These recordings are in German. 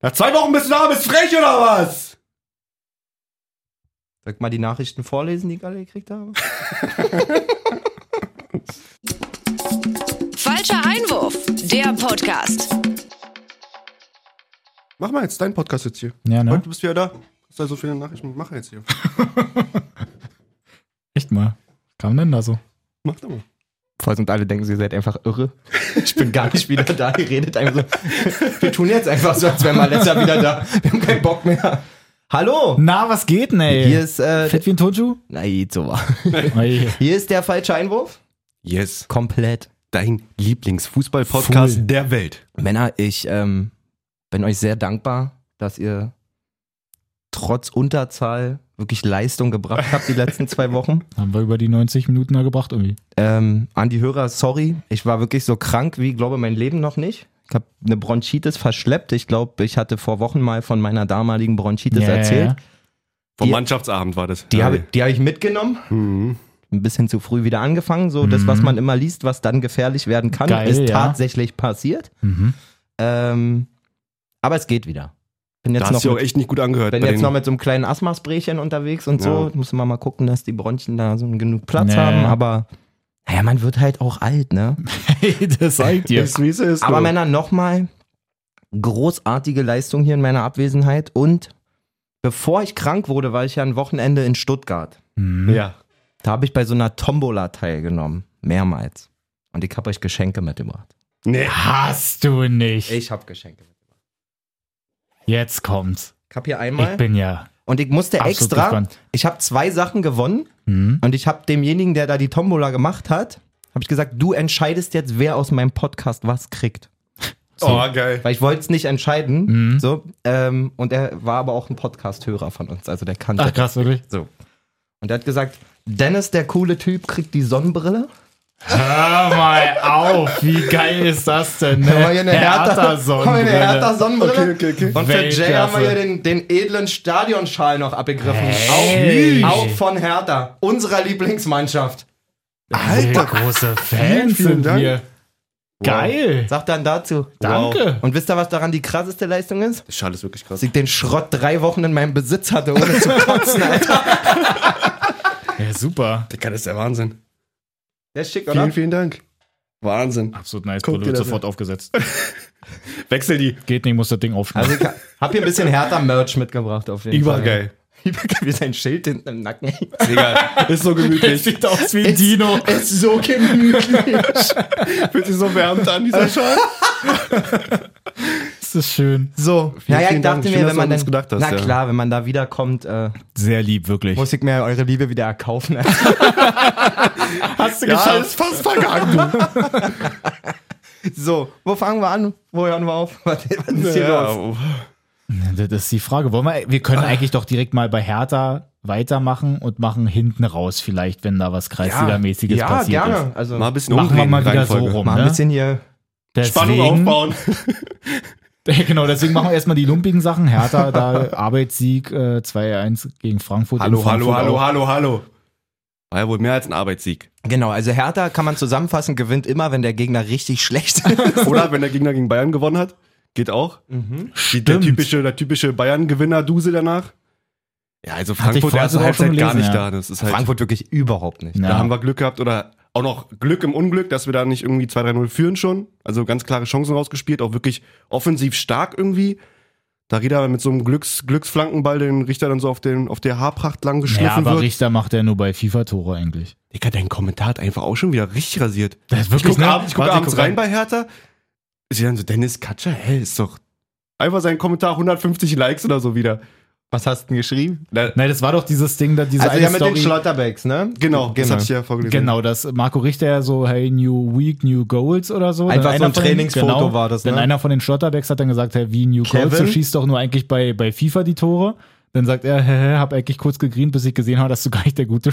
Nach zwei Wochen bist du da, bist frech oder was? Soll ich mal die Nachrichten vorlesen, die ich alle gekriegt habe? Falscher Einwurf, der Podcast. Mach mal jetzt deinen Podcast jetzt hier. Ja, ne? Heute bist du ja da. Hast da so viele Nachrichten, mach jetzt hier. Echt mal. Kam denn da so? Mach doch mal. Falls und alle denken, sie seid einfach irre. Ich bin gar nicht wieder da. Ihr redet einfach so. Wir tun jetzt einfach so, als wären wir letzter wieder da. Wir haben keinen Bock mehr. Hallo! Na, was geht denn, ey? Hier ist, äh, Fett wie ein Turnschuh? na, geht so war. Ey, Hier ist der falsche Einwurf. Yes, Komplett. dein Lieblingsfußball-Podcast Full. der Welt. Männer, ich ähm, bin euch sehr dankbar, dass ihr trotz Unterzahl wirklich Leistung gebracht habt die letzten zwei Wochen. haben wir über die 90 Minuten da gebracht irgendwie. Ähm, an die Hörer, sorry, ich war wirklich so krank wie, glaube mein Leben noch nicht. Ich habe eine Bronchitis verschleppt. Ich glaube, ich hatte vor Wochen mal von meiner damaligen Bronchitis Ja, ja, erzählt. ja. Vom Die- Mannschaftsabend war das. Die Ja. habe die hab ich mitgenommen. Mhm. Ein bisschen zu früh wieder angefangen. So, das, Mhm. was man immer liest, was dann gefährlich werden kann, Geil, ist ja. tatsächlich passiert. Mhm. Ähm, aber es geht wieder. Bin Da jetzt, hast noch du auch mit, echt nicht gut angehört. bin bei jetzt den- noch mit so einem kleinen Asthmasbrächen unterwegs und so. Ja. Muss man mal gucken, dass die Bronchien da so genug Platz Ja, haben. ja. Aber naja, man wird halt auch alt, ne? Hey, das sagt ihr. Ist, wie es ist, Aber du. Männer, nochmal großartige Leistung hier in meiner Abwesenheit. Und bevor ich krank wurde, war ich ja ein Wochenende in Stuttgart. Mhm. Ja. Da habe ich bei so einer Tombola teilgenommen. Mehrmals. Und ich habe euch Geschenke mitgebracht. Nee. Hast du nicht. Ich habe Geschenke mitgebracht. Jetzt kommt's. Ich habe hier Ich einmal. bin ja und ich musste absolut extra. gespannt. Ich habe zwei Sachen gewonnen. Mhm. Und ich habe demjenigen, der da die Tombola gemacht hat, habe ich gesagt, du entscheidest jetzt, wer aus meinem Podcast was kriegt. Oh, geil. Weil ich wollte es nicht entscheiden. Mhm. So, ähm, und er war aber auch ein Podcast-Hörer von uns, also der kannte. Ach krass, wirklich? So. Und er hat gesagt, Dennis, der coole Typ, kriegt die Sonnenbrille. Äh, Hör mal auf, wie geil ist das denn? Ne? haben wir eine Hertha Hertha-Sonnenbrille. Sonnenbrille. Okay, okay, okay. Und für Jay Weltklasse. haben wir hier den, den edlen Stadionschal noch abgegriffen. Hey. Auch, auch von Hertha, unserer Lieblingsmannschaft. Alter, große Fans vielen sind Dank. wir. Geil. Sagt dann dazu. Danke. Und wisst ihr, was daran die krasseste Leistung ist? Schade ist wirklich krass. Dass ich den Schrott drei Wochen in meinem Besitz hatte, ohne zu kotzen, Alter. Ja, super. Digga, das ist der Wahnsinn. Der ist schick, oder? Vielen, vielen Dank. Wahnsinn. Absolut nice. Guck dir Produkt das sofort aufgesetzt. Wechsel die. Geht nicht, muss das Ding Also aufschneiden. ich hab hier ein bisschen härter Merch mitgebracht auf jeden Fall. Übergeil. Übergeil, wie sein Schild hinten im Nacken hängt. Digga, ist so gemütlich. sieht aus wie ein Dino. Ist so gemütlich. Fühlt sich so wärmt an, dieser Schal. Das ist schön. So, Vielen, naja, ich vielen Dank. dachte Schön, mir, dass du wenn man an uns dann, gedacht hast, na ja. klar, wenn man da wiederkommt, äh, Sehr lieb, wirklich. muss ich mir eure Liebe wieder erkaufen. Hast du Ja, ist fast vergangen, du. so, wo fangen wir an? Wo hören wir auf? Was, was ist hier Ja, los? oh. Das ist die Frage. Wollen wir, wir können eigentlich doch direkt mal bei Hertha weitermachen und machen hinten raus vielleicht, wenn da was Kreisliga-mäßiges ja, passiert gerne. ist. Also, Mal mal, ein bisschen Machen wir umdrehen, mal wieder so Reihenfolge. rum. ein ne? bisschen hier. Spannung Deswegen- aufbauen. Genau, deswegen machen wir erstmal die lumpigen Sachen. Hertha, da Arbeitssieg äh, 2-1 gegen Frankfurt. in Hallo, Frankfurt hallo, hallo, hallo, auch. hallo. War ja wohl mehr als ein Arbeitssieg. Genau, also Hertha kann man zusammenfassen, gewinnt immer, wenn der Gegner richtig schlecht ist. Oder wenn der Gegner gegen Bayern gewonnen hat, geht auch. mhm. Die- Der Stimmt. typische, der typische Bayern-Gewinner-Duse danach. Ja, also Frankfurt vorhin erste sogar schon Halbzeit gar gelesen, nicht da. ja. Das ist halt, Frankfurt wirklich überhaupt nicht. Ja. Da haben wir Glück gehabt oder auch noch Glück im Unglück, dass wir da nicht irgendwie 2-3-0 führen schon. Also ganz klare Chancen rausgespielt, auch wirklich offensiv stark irgendwie. Da Rieder mit so einem Glücks Glücksflankenball den Richter dann so auf, den, auf der Haarpracht lang Ja, geschliffen aber wird. Richter macht ja nur bei FIFA-Tore eigentlich. Digga, dein Kommentar hat einfach auch schon wieder richtig rasiert. Das ist Ich gucke ne? abends, ich guck Warte, abends guck rein an. bei Hertha. Ist ja dann so, Dennis Katscher, hä, ist doch. Einfach sein Kommentar 150 Likes oder so wieder. Was hast du denn geschrieben? Na, Nein, das war doch dieses Ding, da diese Also eine ja mit den Story. Schlotterbacks, ne? genau, das genau. hatte ich ja vorgelesen. Genau, dass Marco Richter ja so, hey, new week, new goals oder so. Einfach Dann so ein einer von den- Trainingsfoto war das, Dann ne? einer von den Schlotterbacks hat dann gesagt, hey, wie new Kevin? goals, du schießt doch nur eigentlich bei, bei FIFA die Tore. Dann sagt er, hä, hä, hab eigentlich kurz gegrinnt, bis ich gesehen habe, dass du gar nicht der gute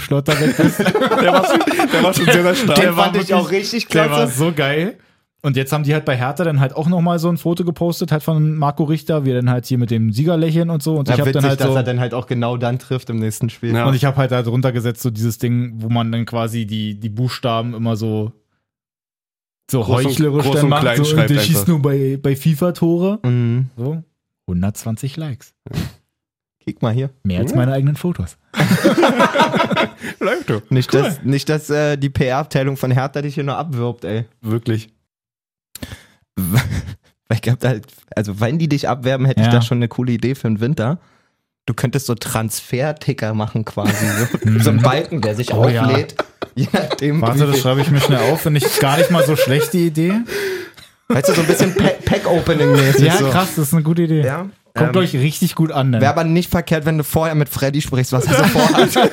Schlotterbeck bist. Der war schon, der war schon sehr, sehr stark. Den war fand ich wirklich- auch richtig Der war klasse. so geil. Und jetzt haben die halt bei Hertha dann halt auch nochmal so ein Foto gepostet, halt von Marco Richter, wie er dann halt hier mit dem Siegerlächeln und so. Und Ja, ich habe dann witzig, halt dass so, er dann halt auch genau dann trifft im nächsten Spiel. Ja. und ich habe halt da drunter gesetzt, so dieses Ding, wo man dann quasi die, die Buchstaben immer so, so Groß und- heuchlerisch groß dann und macht. klein so, und schreibt der einfach. schießt nur bei, bei FIFA-Tore. Mhm. So. 120 Likes. Kick mal hier. Mehr als meine eigenen Fotos. Läuft doch. Nicht, dass, nicht, dass äh, die PR-Abteilung von Hertha dich hier nur abwirbt, ey. Wirklich. Weil ich glaub, da halt, also wenn die dich abwerben, hätte ich Ja. da schon eine coole Idee für den Winter. Du könntest so Transfer-Ticker machen quasi. So, so einen Balken, der sich Mhm. Oh ja. auflädt. Je nachdem, Warte, wie das viel- schreibe ich mir schnell auf. Finde ich gar nicht mal so schlechte Idee. Weißt du, so ein bisschen Pa- Pack-Opening-mäßig. Ja, so. krass, das ist eine gute Idee. Ja. Kommt euch richtig gut an. Wäre Dann. aber nicht verkehrt, wenn du vorher mit Freddy sprichst, was er so vorhat.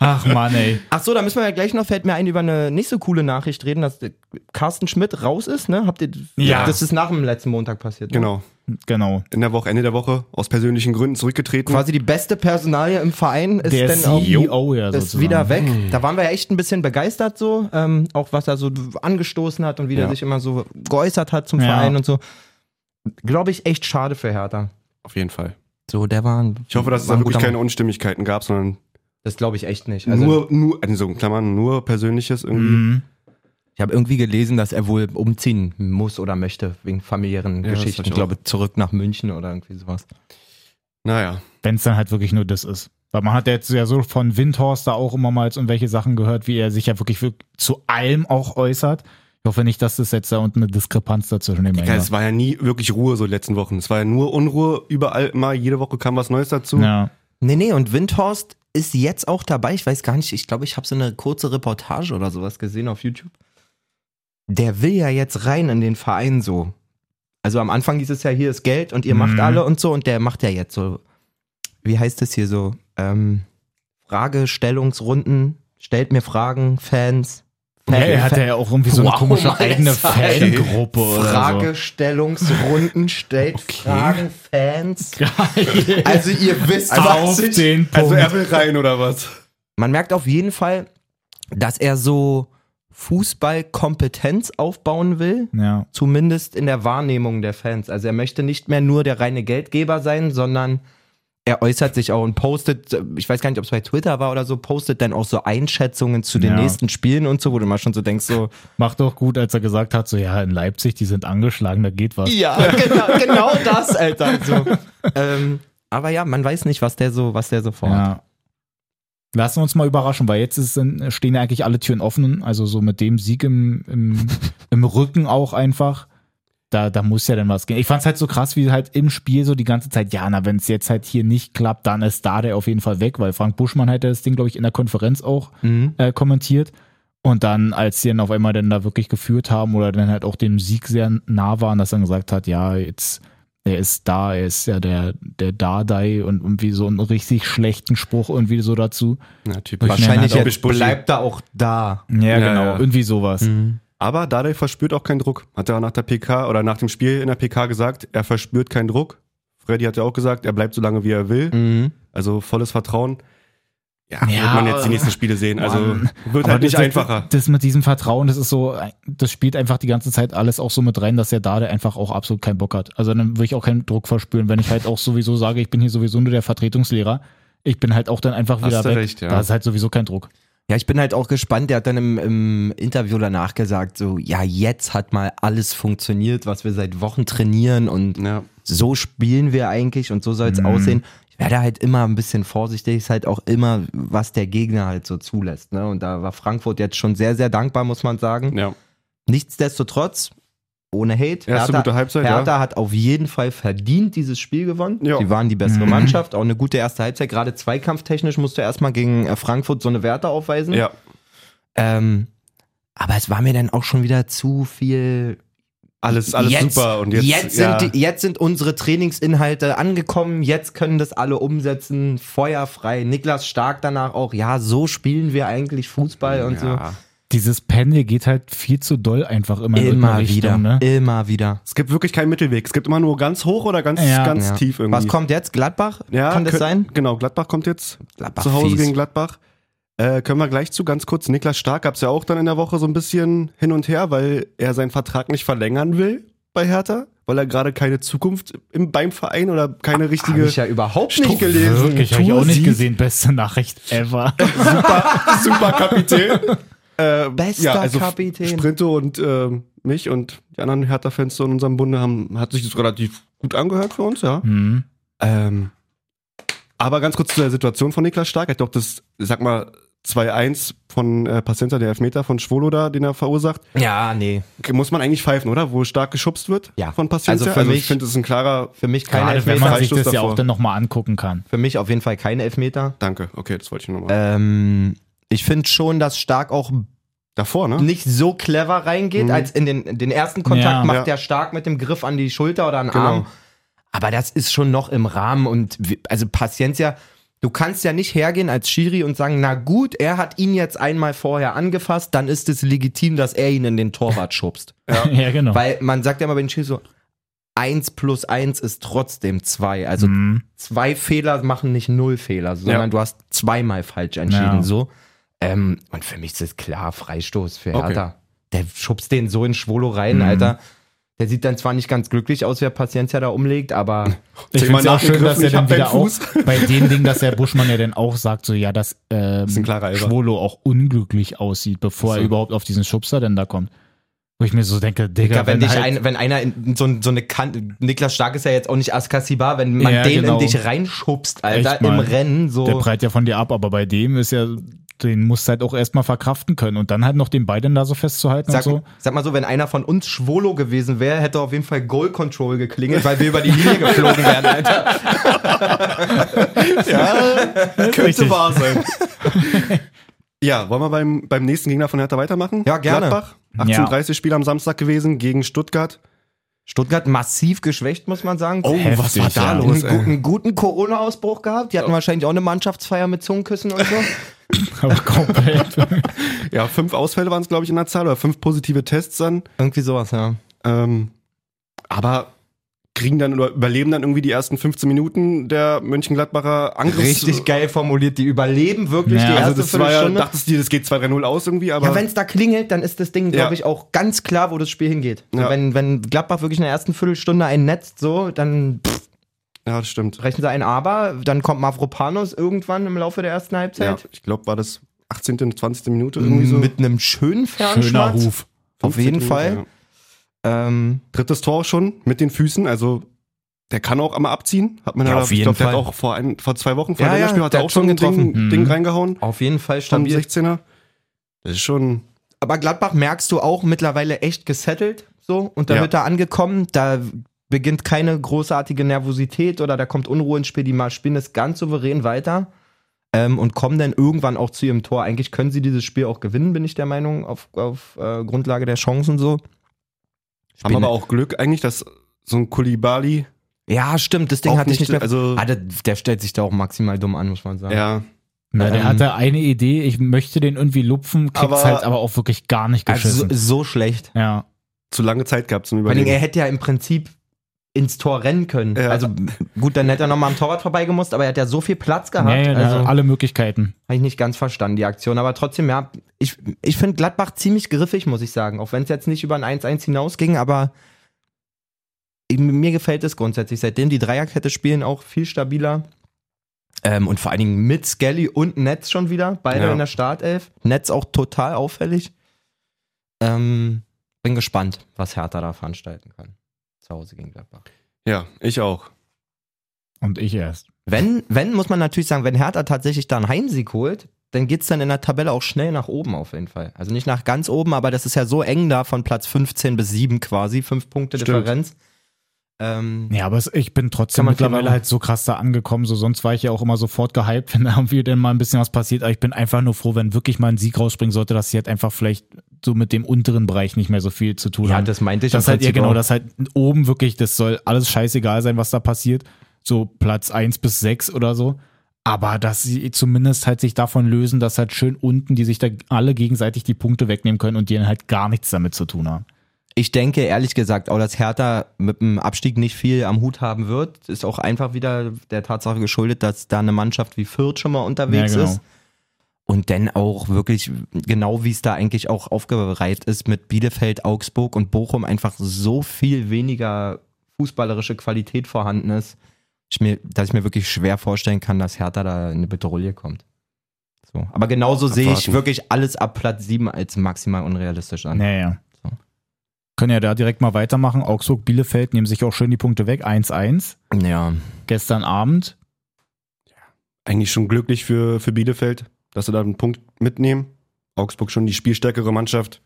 Ach Mann, ey. Ach so, da müssen wir ja gleich noch, fällt mir ein, über eine nicht so coole Nachricht reden, dass äh, Carsten Schmidt raus ist, ne? Habt ihr, Ja. das ist nach dem letzten Montag passiert. Ne? Genau. Genau. In der Woche, Ende der Woche, aus persönlichen Gründen zurückgetreten. Quasi die beste Personalie im Verein ist Der denn auch CEO ja ist sozusagen. Hm. wieder weg. Da waren wir ja echt ein bisschen begeistert so, ähm, auch was er so angestoßen hat und wie der Ja. sich immer so geäußert hat zum Ja. Verein und so. Glaube ich, echt schade für Hertha. Auf jeden Fall. So, der war ein, Ich hoffe, dass es war da ein wirklich guter keine Mann. Unstimmigkeiten gab, sondern Das glaube ich echt nicht. Also, nur, nur, also in Klammern, nur persönliches irgendwie. Mhm. Ich habe irgendwie gelesen, dass er wohl umziehen muss oder möchte, wegen familiären Ja, das Geschichten. hab ich Ich glaube, zurück nach München oder irgendwie sowas. Naja. Wenn es dann halt wirklich nur das ist. Weil man hat ja jetzt ja so von Windhorst da auch immer mal jetzt irgendwelche Sachen gehört, wie er sich ja wirklich für, zu allem auch äußert. Ich hoffe nicht, dass das jetzt da unten eine Diskrepanz dazwischen den Ja, es war ja nie wirklich Ruhe so die letzten Wochen. Es war ja nur Unruhe, überall immer, jede Woche kam was Neues dazu. Ja. Nee, nee, und Windhorst ist jetzt auch dabei. Ich weiß gar nicht, ich glaube, ich habe so eine kurze Reportage oder sowas gesehen auf YouTube. Der will ja jetzt rein in den Verein so. Also am Anfang hieß es ja, hier ist Geld und ihr Mhm. macht alle und so. Und der macht ja jetzt so, wie heißt das hier so? Ähm, Fragestellungsrunden, stellt mir Fragen, Fans. Ja, er Fan- hatte ja auch irgendwie so eine Wow, komische Mann, eigene das war echt- Fangruppe oder Fragestellungsrunden stellt Fragen Fans. so. Also ihr wisst, Auf was ich, den Punkt. Also er will rein oder was? Man merkt auf jeden Fall, dass er so Fußballkompetenz aufbauen will, ja. zumindest in der Wahrnehmung der Fans. Also er möchte nicht mehr nur der reine Geldgeber sein, sondern er äußert sich auch und postet, ich weiß gar nicht, ob es bei Twitter war oder so, postet dann auch so Einschätzungen zu den Ja. nächsten Spielen und so, wo du mal schon so denkst, so Macht doch gut, als er gesagt hat, so ja, in Leipzig, die sind angeschlagen, da geht was. Ja, genau, genau das, Alter. So. ähm, aber ja, man weiß nicht, was der so, was der so vorhat. Ja. Lassen wir uns mal überraschen, weil jetzt ist, stehen ja eigentlich alle Türen offen. Also so mit dem Sieg im, im, im Rücken auch einfach. Da, da muss ja dann was gehen. Ich fand's halt so krass, wie halt im Spiel so die ganze Zeit, ja, na, wenn's jetzt halt hier nicht klappt, dann ist da der auf jeden Fall weg, weil Frank Buschmann hat ja das Ding, glaube ich, in der Konferenz auch Mhm. äh, kommentiert. Und dann, als sie dann auf einmal dann da wirklich geführt haben oder dann halt auch dem Sieg sehr nah waren, dass er dann gesagt hat, ja, jetzt, er ist da, er ist ja der, der Dardai und irgendwie so einen richtig schlechten Spruch irgendwie so dazu. Na, typisch. Wahrscheinlich Hat auch jetzt Busch- bleibt er auch da. Ja, Hm. genau. Äh, Irgendwie sowas. Mhm. Aber dadurch verspürt auch keinen Druck. Hat er nach der PK oder nach dem Spiel in der PK gesagt, er verspürt keinen Druck. Freddy hat ja auch gesagt, er bleibt so lange, wie er will. Mhm. Also volles Vertrauen. Ja, Ja, wird man jetzt die nächsten Spiele sehen. Also Mann. wird Aber halt nicht das, einfacher. Das mit diesem Vertrauen, das ist so, das spielt einfach die ganze Zeit alles auch so mit rein, dass der Dade einfach auch absolut keinen Bock hat. Also dann würde ich auch keinen Druck verspüren, wenn ich halt auch sowieso sage, ich bin hier sowieso nur der Vertretungslehrer. Ich bin halt auch dann einfach Hast wieder du weg. recht, ja. Da ist halt sowieso kein Druck. Ja, ich bin halt auch gespannt. Der hat dann im, im Interview danach gesagt, so, ja, jetzt hat mal alles funktioniert, was wir seit Wochen trainieren und Ja. so spielen wir eigentlich und so soll es aussehen. Ich werde halt immer ein bisschen vorsichtig, ist halt auch immer, was der Gegner halt so zulässt. Ne? Und da war Frankfurt jetzt schon sehr, sehr dankbar, muss man sagen. ja. Nichtsdestotrotz, ohne Hate, Erste gute Halbzeit, Hertha ja. hat auf jeden Fall verdient dieses Spiel gewonnen. Ja. Die waren die bessere Mhm. Mannschaft, auch eine gute erste Halbzeit. Gerade zweikampftechnisch musst du erstmal gegen äh, Frankfurt so eine Werte aufweisen. Ja. Ähm, aber es war mir dann auch schon wieder zu viel. Alles, alles super. Und jetzt, jetzt, ja, sind die, jetzt sind unsere Trainingsinhalte angekommen. Jetzt können das alle umsetzen. Feuerfrei. Niklas Stark danach auch. Ja, so spielen wir eigentlich Fußball und so. ja. dieses Pendel geht halt viel zu doll einfach immer, in Immer irgendeine wieder. Richtung, ne? Immer wieder. Es gibt wirklich keinen Mittelweg. Es gibt immer nur ganz hoch oder ganz, Ja. ganz Ja. tief irgendwie. Was kommt jetzt? Gladbach? Ja, Kann das kö- sein? Genau, Gladbach kommt jetzt. Gladbach zu Hause fies. gegen Gladbach. Äh, können wir gleich zu ganz kurz. Niklas Stark gab es ja auch dann in der Woche so ein bisschen hin und her, weil er seinen Vertrag nicht verlängern will bei Hertha, weil er gerade keine Zukunft im, beim Verein oder keine Habe richtige ich ja überhaupt Struff- nicht gelesen. Wirklich, habe ich Tour auch nicht Sieg. gesehen. Beste Nachricht ever. super Kapitän. äh, Bester also Kapitän. Sprinto und ähm, mich und die anderen Hertha-Fans so in unserem Bunde haben, hat sich das relativ gut angehört für uns, ja. Mhm. Ähm, aber ganz kurz zu der Situation von Niklas Stark. Er hat doch das, ich sag mal, 2-1 von äh, Pacenza, der Elfmeter von Schwolo da, den er verursacht. Ja, nee. Muss man eigentlich pfeifen, oder? Wo stark geschubst wird Ja. von Pacenza. Also für ich mich- finde, das ist ein klarer Für mich kein Gerade wenn Elfmeter. man sich das Freistoß ja auch davor. dann nochmal angucken kann. Für mich auf jeden Fall kein Elfmeter. Danke. Okay, das wollte ich nochmal. Ähm, ich finde schon, dass Stark auch Davor, ne? nicht so clever reingeht, Mhm. als in den, den ersten Kontakt Ja. macht Ja. er stark mit dem Griff an die Schulter oder an den Genau. Arm. Aber das ist schon noch im Rahmen und wi- also Paciencia, du kannst ja nicht hergehen als Schiri und sagen, na gut, er hat ihn jetzt einmal vorher angefasst, dann ist es legitim, dass er ihn in den Torwart schubst. Ja, genau. Weil man sagt ja immer bei den Schiris so, eins plus eins ist trotzdem zwei. Also Mhm. zwei Fehler machen nicht null Fehler, sondern du hast zweimal falsch entschieden. Ja. So. Ähm, und für mich ist es klar, Freistoß für Okay. Hertha. Der schubst den so in Schwolo rein, Mhm. Alter. Der sieht dann zwar nicht ganz glücklich aus, wer Paciencia da umlegt, aber Ich Thema finde es auch schön, dass nachgegriffen, er ich dann hab deinen wieder auch, Fuß. bei dem Ding, dass der Buschmann ja dann auch sagt, so ja, dass ähm, Das ist ein klarer Elfer. Schwolo auch unglücklich aussieht, bevor er So. überhaupt auf diesen Schubser denn da kommt. Wo ich mir so denke, Digga, Digga, wenn, wenn dich halt, ein, wenn einer in so, ein- so eine Kante, Niklas Stark ist ja jetzt auch nicht Askasibar, wenn man Ja, den genau. in dich reinschubst, Alter, Echt mal. im Rennen, so. der prallt ja von dir ab, aber bei dem ist ja, den musst du halt auch erstmal verkraften können und dann halt noch den beiden da so festzuhalten Sag, und so. sag mal so, wenn einer von uns Schwolo gewesen wäre, hätte auf jeden Fall Goal Control geklingelt, weil wir über die Linie geflogen wären, Alter. Richtig. wahr sein. ja, wollen wir beim, beim nächsten Gegner von Hertha weitermachen? Ja, gerne. Gladbach, 18.30 Spiel am Samstag gewesen gegen Stuttgart. Stuttgart massiv geschwächt, muss man sagen. Heftig, ja. einen, ey? guten, guten Corona-Ausbruch gehabt. Die hatten wahrscheinlich auch eine Mannschaftsfeier mit Zungenküssen und so. Aber komplett. Ja, fünf Ausfälle waren es, glaube ich, in der Zahl oder fünf positive Tests dann. Irgendwie sowas, ja. Ähm, aber kriegen dann oder überleben dann irgendwie die ersten 15 Minuten der Mönchengladbacher Angriffs... Richtig geil formuliert. Die überleben wirklich Ja, die Also erste das war ja, Viertelstunde. dachtest du, dir, das geht 2-3-0 aus irgendwie, aber... ja, wenn es da klingelt, dann ist das Ding, glaube Ja. ich, auch ganz klar, wo das Spiel hingeht. Ja. Wenn, wenn Gladbach wirklich in der ersten Viertelstunde einen netzt, so, dann pff, ja, das stimmt. brechen sie ein Aber, dann kommt Mavropanos irgendwann im Laufe der ersten Ja, Mhm. Halbzeit. ich glaube, war das 18. und 20. Minute irgendwie so. Mm, Mit einem schönen Schöner Fernschmatz. Ruf. auf 15. jeden Fall. Ähm, Drittes Tor schon mit den Füßen, also der kann auch einmal abziehen. Hat man Ja, ja, auf ich jeden glaube, der hat Fall. auch vor, ein, vor zwei Wochen, vor Ja, dem ja, Spiel, hat der er auch hat schon schon ein Ding, getroffen. Mhm. Ding reingehauen. auf jeden Fall Vom stabil. 16er. Das ist schon. aber Gladbach merkst du auch mittlerweile echt gesettelt so und da Ja. wird da angekommen, da beginnt keine großartige Nervosität oder da kommt Unruhe ins Spiel, die mal spielen es ganz souverän weiter ähm, und kommen dann irgendwann auch zu ihrem Tor. Eigentlich können sie dieses Spiel auch gewinnen, bin ich der Meinung, auf, auf äh, Grundlage der Chancen so. Haben Spielen- aber auch Glück eigentlich, dass so ein Kulibali ja, stimmt, das Ding auch hatte ich nicht mehr. Also, ah, der, der stellt sich da auch maximal dumm an, muss man sagen. ja, Na, der Ähm. hatte eine Idee, ich möchte den irgendwie lupfen, kriegt's Aber- halt aber auch wirklich gar nicht also so, geschissen. so schlecht. ja. zu lange Zeit gehabt zum Vor allem, er Überlegen. hätte ja im Prinzip ins Tor rennen können. Ja. Also gut, dann hätte er nochmal am Torwart vorbeigemusst, aber er hat ja so viel Platz gehabt. Nee, also also, habe alle Möglichkeiten. ich nicht ganz verstanden, die Aktion. Aber trotzdem, ja, ich, ich finde Gladbach ziemlich griffig, muss ich sagen. Auch wenn es jetzt nicht über ein 1-1 hinausging, aber ich- mir gefällt es grundsätzlich. Seitdem die Dreierkette spielen, auch viel stabiler. Ähm, und vor allen Dingen mit Skelly und Netz schon wieder, beide Ja. in der Startelf. Netz auch total auffällig. Ähm, bin gespannt, was Hertha da veranstalten kann. Zu Hause gegen Gladbach. Ja, ich auch. Und ich erst. Wenn, wenn, muss man natürlich sagen, wenn Hertha tatsächlich da einen Heimsieg holt, dann geht's dann in der Tabelle auch schnell nach oben auf jeden Fall. Also nicht nach ganz oben, aber das ist ja so eng da von Platz 15 bis 7 quasi, 5 Punkte Stimmt. Differenz. Ähm, Ja, aber es, ich bin Kann trotzdem man viel mittlerweile machen. halt so krass da angekommen. So, sonst war ich ja auch immer sofort gehypt, wenn da irgendwie denn mal ein bisschen was passiert. Aber ich bin einfach nur froh, wenn wirklich mal ein Sieg rausspringen sollte, dass sie halt einfach vielleicht so mit dem unteren Bereich nicht mehr so viel zu tun ja, haben. das meinte ich das im halt, ja, Prinzip genau, auch. das halt oben wirklich, das soll alles scheißegal sein, was da passiert. So Platz 1 bis 6 oder so. Aber dass sie zumindest halt sich davon lösen, dass halt schön unten, die sich da alle gegenseitig die Punkte wegnehmen können und die dann halt gar nichts damit zu tun haben. Ich denke ehrlich gesagt auch, dass Hertha mit dem Abstieg nicht viel am Hut haben wird. Ist auch einfach wieder der Tatsache geschuldet, dass da eine Mannschaft wie Fürth schon mal unterwegs Ja, genau. ist. Und dann auch wirklich, genau wie es da eigentlich auch aufgereiht ist, mit Bielefeld, Augsburg und Bochum einfach so viel weniger fußballerische Qualität vorhanden ist, ich mir, dass ich mir wirklich schwer vorstellen kann, dass Hertha da in eine Bedrohung kommt. So. Aber genauso sehe ich Abwarten. wirklich alles ab Platz 7 als maximal unrealistisch an. Naja. Können ja da direkt mal weitermachen. Augsburg, Bielefeld nehmen sich auch schön die Punkte weg. 1-1. Ja. Gestern Abend. Eigentlich schon glücklich für, für Bielefeld, dass sie da einen Punkt mitnehmen. Augsburg schon die spielstärkere Mannschaft.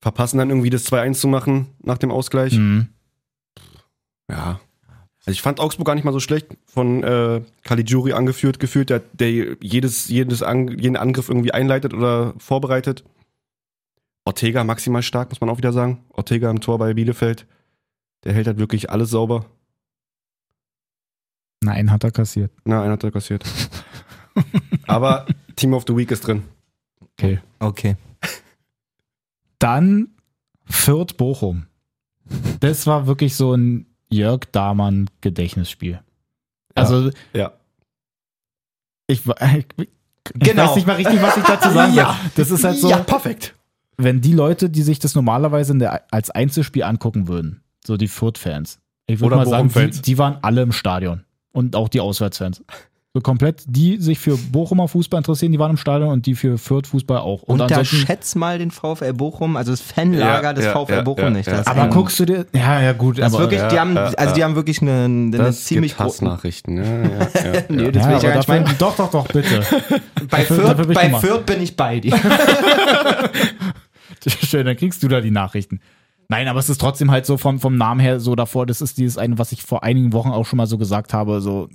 Verpassen dann irgendwie das 2-1 zu machen nach dem Ausgleich. Mhm. Ja. Also ich fand Augsburg gar nicht mal so schlecht von äh, Caligiuri angeführt gefühlt, der, der jedes, jedes An jeden Angriff irgendwie einleitet oder vorbereitet. Ortega maximal stark, muss man auch wieder sagen. Ortega im Tor bei Bielefeld. Der hält halt wirklich alles sauber. Nein, hat er kassiert. Na, einer hat er kassiert. Aber Team of the Week ist drin. Okay. Okay. Dann Fürth Bochum. Das war wirklich so ein Jörg Dahmann Gedächtnisspiel. Also Ja. ich, wa- ich, ich Genau. weiß nicht mal richtig, was ich dazu sagen soll. Ja. Das ist halt so, Ja, perfekt. wenn die Leute, die sich das normalerweise in der, als Einzelspiel angucken würden, so die Fürth-Fans, ich würde Oder mal sagen, die, Bochum-Fans. die waren alle im Stadion und auch die Auswärtsfans. So komplett, die sich für Bochumer Fußball interessieren, die waren im Stadion und die für Fürth Fußball auch. Und ansonsten, Unterschätz mal den VfL Bochum, also das Fanlager Ja, des ja, VfL ja, Bochum ja, nicht. ja. Das aber ist- guckst du dir, ja, ja gut, das ist aber, wirklich, die Ja, haben, ja, also die haben wirklich eine, eine ziemlich gibt große- Hassnachrichten. Ja, ja, ja, Nee, ja. das ja, will aber ich ja gar nicht dafür, meinen. doch, doch, doch, bitte. Bei Dafür- dafür Fürth, bin ich bei gemacht. Fürth bin ich bei dir. Schön, dann kriegst du da die Nachrichten. Nein, aber es ist trotzdem halt so vom, vom Namen her so davor, das ist dieses eine, was ich vor einigen Wochen auch schon mal so gesagt habe, so,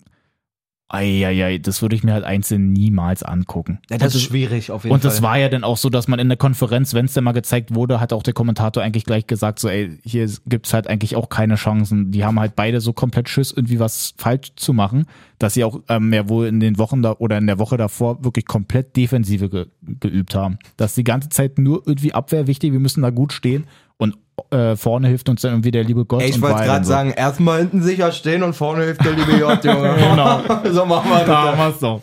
eieiei, das würde ich mir halt einzeln niemals angucken. das ist schwierig auf jeden Und das war ja dann auch so, dass man in der Konferenz, wenn es denn mal gezeigt wurde, hat auch der Kommentator eigentlich gleich gesagt, so, ey, hier gibt es halt eigentlich auch keine Chancen. Die haben halt beide so komplett Schiss, irgendwie was falsch zu machen, dass sie auch ähm, ja wohl in den Wochen da oder in der Woche davor wirklich komplett Defensive ge geübt haben. Dass die ganze Zeit nur irgendwie Abwehr wichtig, wir müssen da gut stehen und äh, vorne hilft uns dann irgendwie der liebe Gott. Ey, ich und wollte Ball und gerade so. sagen, erstmal hinten sicher stehen und vorne hilft der liebe J, Junge. Genau. so machen wir Da haben das. wir's doch.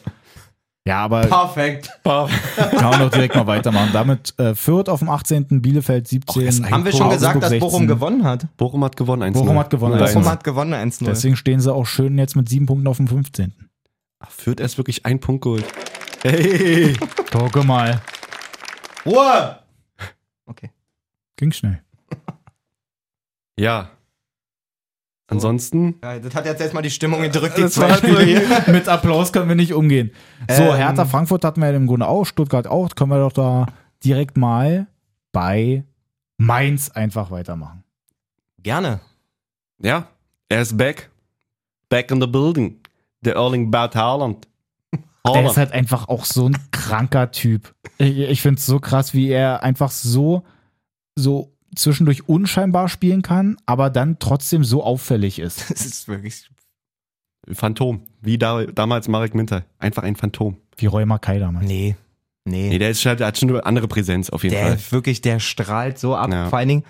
Ja, aber Perfekt. kann man doch direkt mal weitermachen. Damit äh, Fürth auf dem 18., Bielefeld 17. ist Haben wir schon Augsburg gesagt, dass 16. Bochum gewonnen hat? Bochum hat gewonnen. 1 Bochum hat gewonnen, Bochum Bochum hat hat gewonnen 1-0. Deswegen stehen sie auch schön jetzt mit sieben Punkten auf dem 15. Fürth erst wirklich einen Punkt geholt. Hey! Gucke mal. Ruhe! Okay. Ging schnell. Ja. Ansonsten. Ja, das hat jetzt erstmal die Stimmung gedrückt, die Das zwei war Spiele hier. Mit Applaus können wir nicht umgehen. So, Ähm. Hertha Frankfurt hatten wir ja im Grunde auch, Stuttgart auch. Können wir doch da direkt mal bei Mainz einfach weitermachen. Gerne. Ja. Er ist back. Back in the building. Der Erling Bad Haaland. Der ist halt einfach auch so ein kranker Typ. Ich, ich finde es so krass, wie er einfach so, so zwischendurch unscheinbar spielen kann, aber dann trotzdem so auffällig ist. Das ist wirklich. Phantom. Wie da, damals Marek Minter. Einfach ein Phantom. Wie Roy Mackay damals. Nee. Nee. Nee, der ist halt, der hat schon eine andere Präsenz auf jeden der Fall. wirklich, der strahlt so ab. Ja. Vor allen Dingen,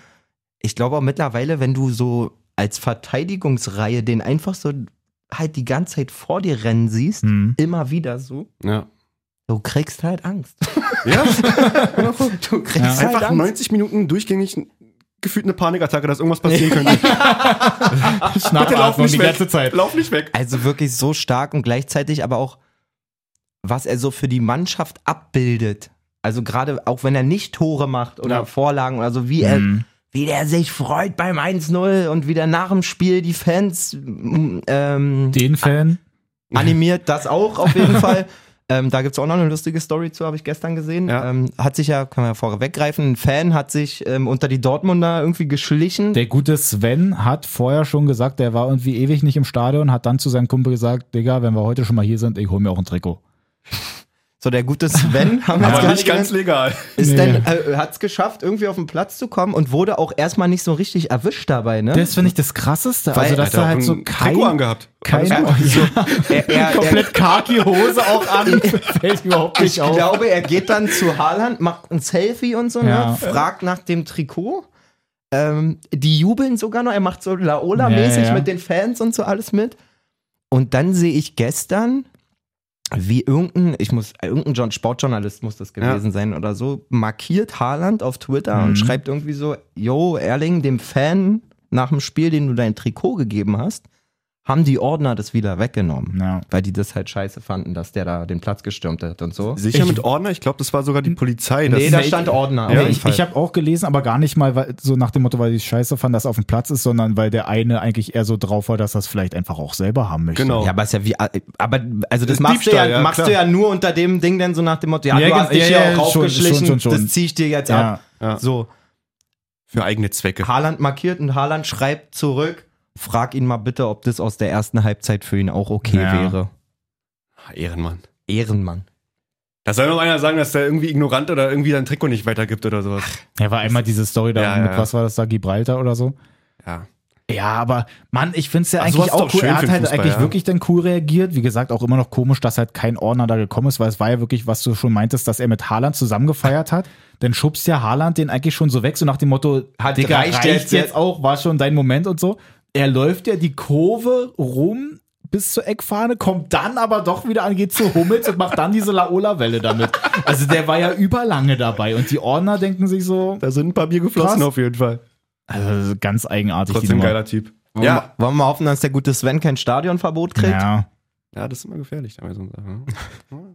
ich glaube auch mittlerweile, wenn du so als Verteidigungsreihe den einfach so halt die ganze Zeit vor dir rennen siehst, Hm. immer wieder so, Ja. du kriegst halt Angst. ja. Du kriegst Ja. halt Einfach Angst. 90 Minuten durchgängig gefühlt eine Panikattacke, dass irgendwas passieren könnte. Schnappatmung die ganze Zeit. Lauf nicht weg. Also wirklich so stark und gleichzeitig aber auch, was er so für die Mannschaft abbildet. Also gerade auch wenn er nicht Tore macht oder Ja. Vorlagen oder so, wie er, Mhm. wie der sich freut beim 1-0 und wie der nach dem Spiel die Fans mm, ähm, Den Fan. animiert, das auch auf jeden Fall. Ähm, da gibt es auch noch eine lustige Story zu, habe ich gestern gesehen. Ja. Ähm, hat sich ja, können wir ja vorweggreifen, ein Fan hat sich ähm, unter die Dortmunder irgendwie geschlichen. Der gute Sven hat vorher schon gesagt, der war irgendwie ewig nicht im Stadion, hat dann zu seinem Kumpel gesagt, Digga, wenn wir heute schon mal hier sind, ich hol mir auch ein Trikot. so der gute Sven, haben wir jetzt Aber gerade nicht ganz legal. Ist Nee. dann, äh, hat's geschafft, irgendwie auf den Platz zu kommen und wurde auch erstmal nicht so richtig erwischt dabei, ne? Das finde ich das krasseste, Weil- also dass Alter, er halt auch so ein Trikot kein, angehabt. kein er, er, er, komplett khaki Hose auch an, fällt überhaupt ich nicht auf. glaube, er geht dann zu Haaland, macht ein Selfie und so, Ja. ne? fragt nach dem Trikot. Ähm, die jubeln sogar noch, er macht so Laola-mäßig Ja, ja. mit den Fans und so alles mit. Und dann sehe ich gestern, wie irgendein, ich muss, irgendein John- Sportjournalist muss das gewesen sein oder so, markiert Haaland auf Twitter Mhm. und schreibt irgendwie so, yo, Erling, dem Fan nach dem Spiel, den du dein Trikot gegeben hast, haben die Ordner das wieder weggenommen. Ja. Weil die das halt scheiße fanden, dass der da den Platz gestürmt hat und so. Sicher Ich- mit Ordner? Ich glaube, das war sogar die Polizei. Das Nee, da stand Ordner. Ah, auf Ja, jeden ich Fall. ich habe auch gelesen, aber gar nicht mal weil, so nach dem Motto, weil ich scheiße fand, dass er auf dem Platz ist, sondern weil der eine eigentlich eher so drauf war, dass das vielleicht einfach auch selber haben möchte. Genau. Ja, aber ist ja wie, aber also das Ist machst, du ja, Diebstahl, ja, machst du klar. ja nur unter dem Ding denn so nach dem Motto, ja, Ja, du ganz- hast dich ja, hier ja, auch schon, raufgeschlichen, schon, schon, schon. das zieh ich dir jetzt Ja. ab. Ja. So, für eigene Zwecke. Haaland markiert und Haaland schreibt zurück, frag ihn mal bitte, ob das aus der ersten Halbzeit für ihn auch okay Ja. wäre. Ehrenmann. Ehrenmann. Da soll noch einer sagen, dass der irgendwie ignorant oder irgendwie sein Trikot nicht weitergibt oder sowas. Ja, war einmal diese Story da Ja, mit, ja, ja. was war das da, Gibraltar oder so? Ja. Ja, aber Mann, ich find's ja Ach, sowas eigentlich ist auch doch cool. schön Er für hat den halt Fußball, eigentlich ja. wirklich dann cool reagiert. Wie gesagt, auch immer noch komisch, dass halt kein Ordner da gekommen ist, weil es war ja wirklich, was du schon meintest, dass er mit Haaland zusammengefeiert hat. Dann schubst ja Haaland den eigentlich schon so weg, so nach dem Motto, Hat Digga, reicht reicht jetzt, jetzt, auch, war schon dein Moment und so. Er läuft ja die Kurve rum bis zur Eckfahne, kommt dann aber doch wieder an, geht zu Hummels und macht dann diese Laola-Welle damit. Also der war ja überlange dabei und die Ordner denken sich so, Da sind ein paar Bier geflossen Krass. auf jeden Fall. also ganz eigenartig. die Trotzdem Nummer. geiler Typ. Wollen wir- Wollen wir mal hoffen, dass der gute Sven kein Stadionverbot kriegt? Ja. Ja, das ist immer gefährlich dabei so eine Sache. ne? Also,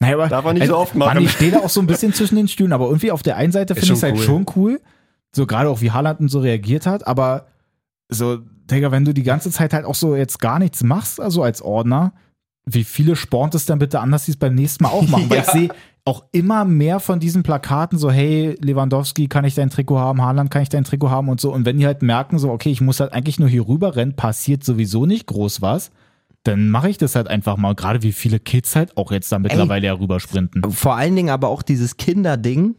Naja, aber Darf man nicht so oft machen. Mann, Also, ich stehe da auch so ein bisschen zwischen den Stühlen, aber irgendwie auf der einen Seite Ist finde ich es schon halt cool. schon cool, so gerade auch wie Haaland und so reagiert hat, aber so, Digga, wenn du die ganze Zeit halt auch so jetzt gar nichts machst, also als Ordner, wie viele spornt es dann bitte an, dass sie es beim nächsten Mal auch machen? Weil ich sehe auch immer mehr von diesen Plakaten so, hey, Lewandowski, kann ich dein Trikot haben? Haaland, kann ich dein Trikot haben? Und so. Und wenn die halt merken so, okay, ich muss halt eigentlich nur hier rüber rennen, passiert sowieso nicht groß was, dann mache ich das halt einfach mal. Gerade wie viele Kids halt auch jetzt da mittlerweile ja rübersprinten. Vor allen Dingen aber auch dieses Kinderding,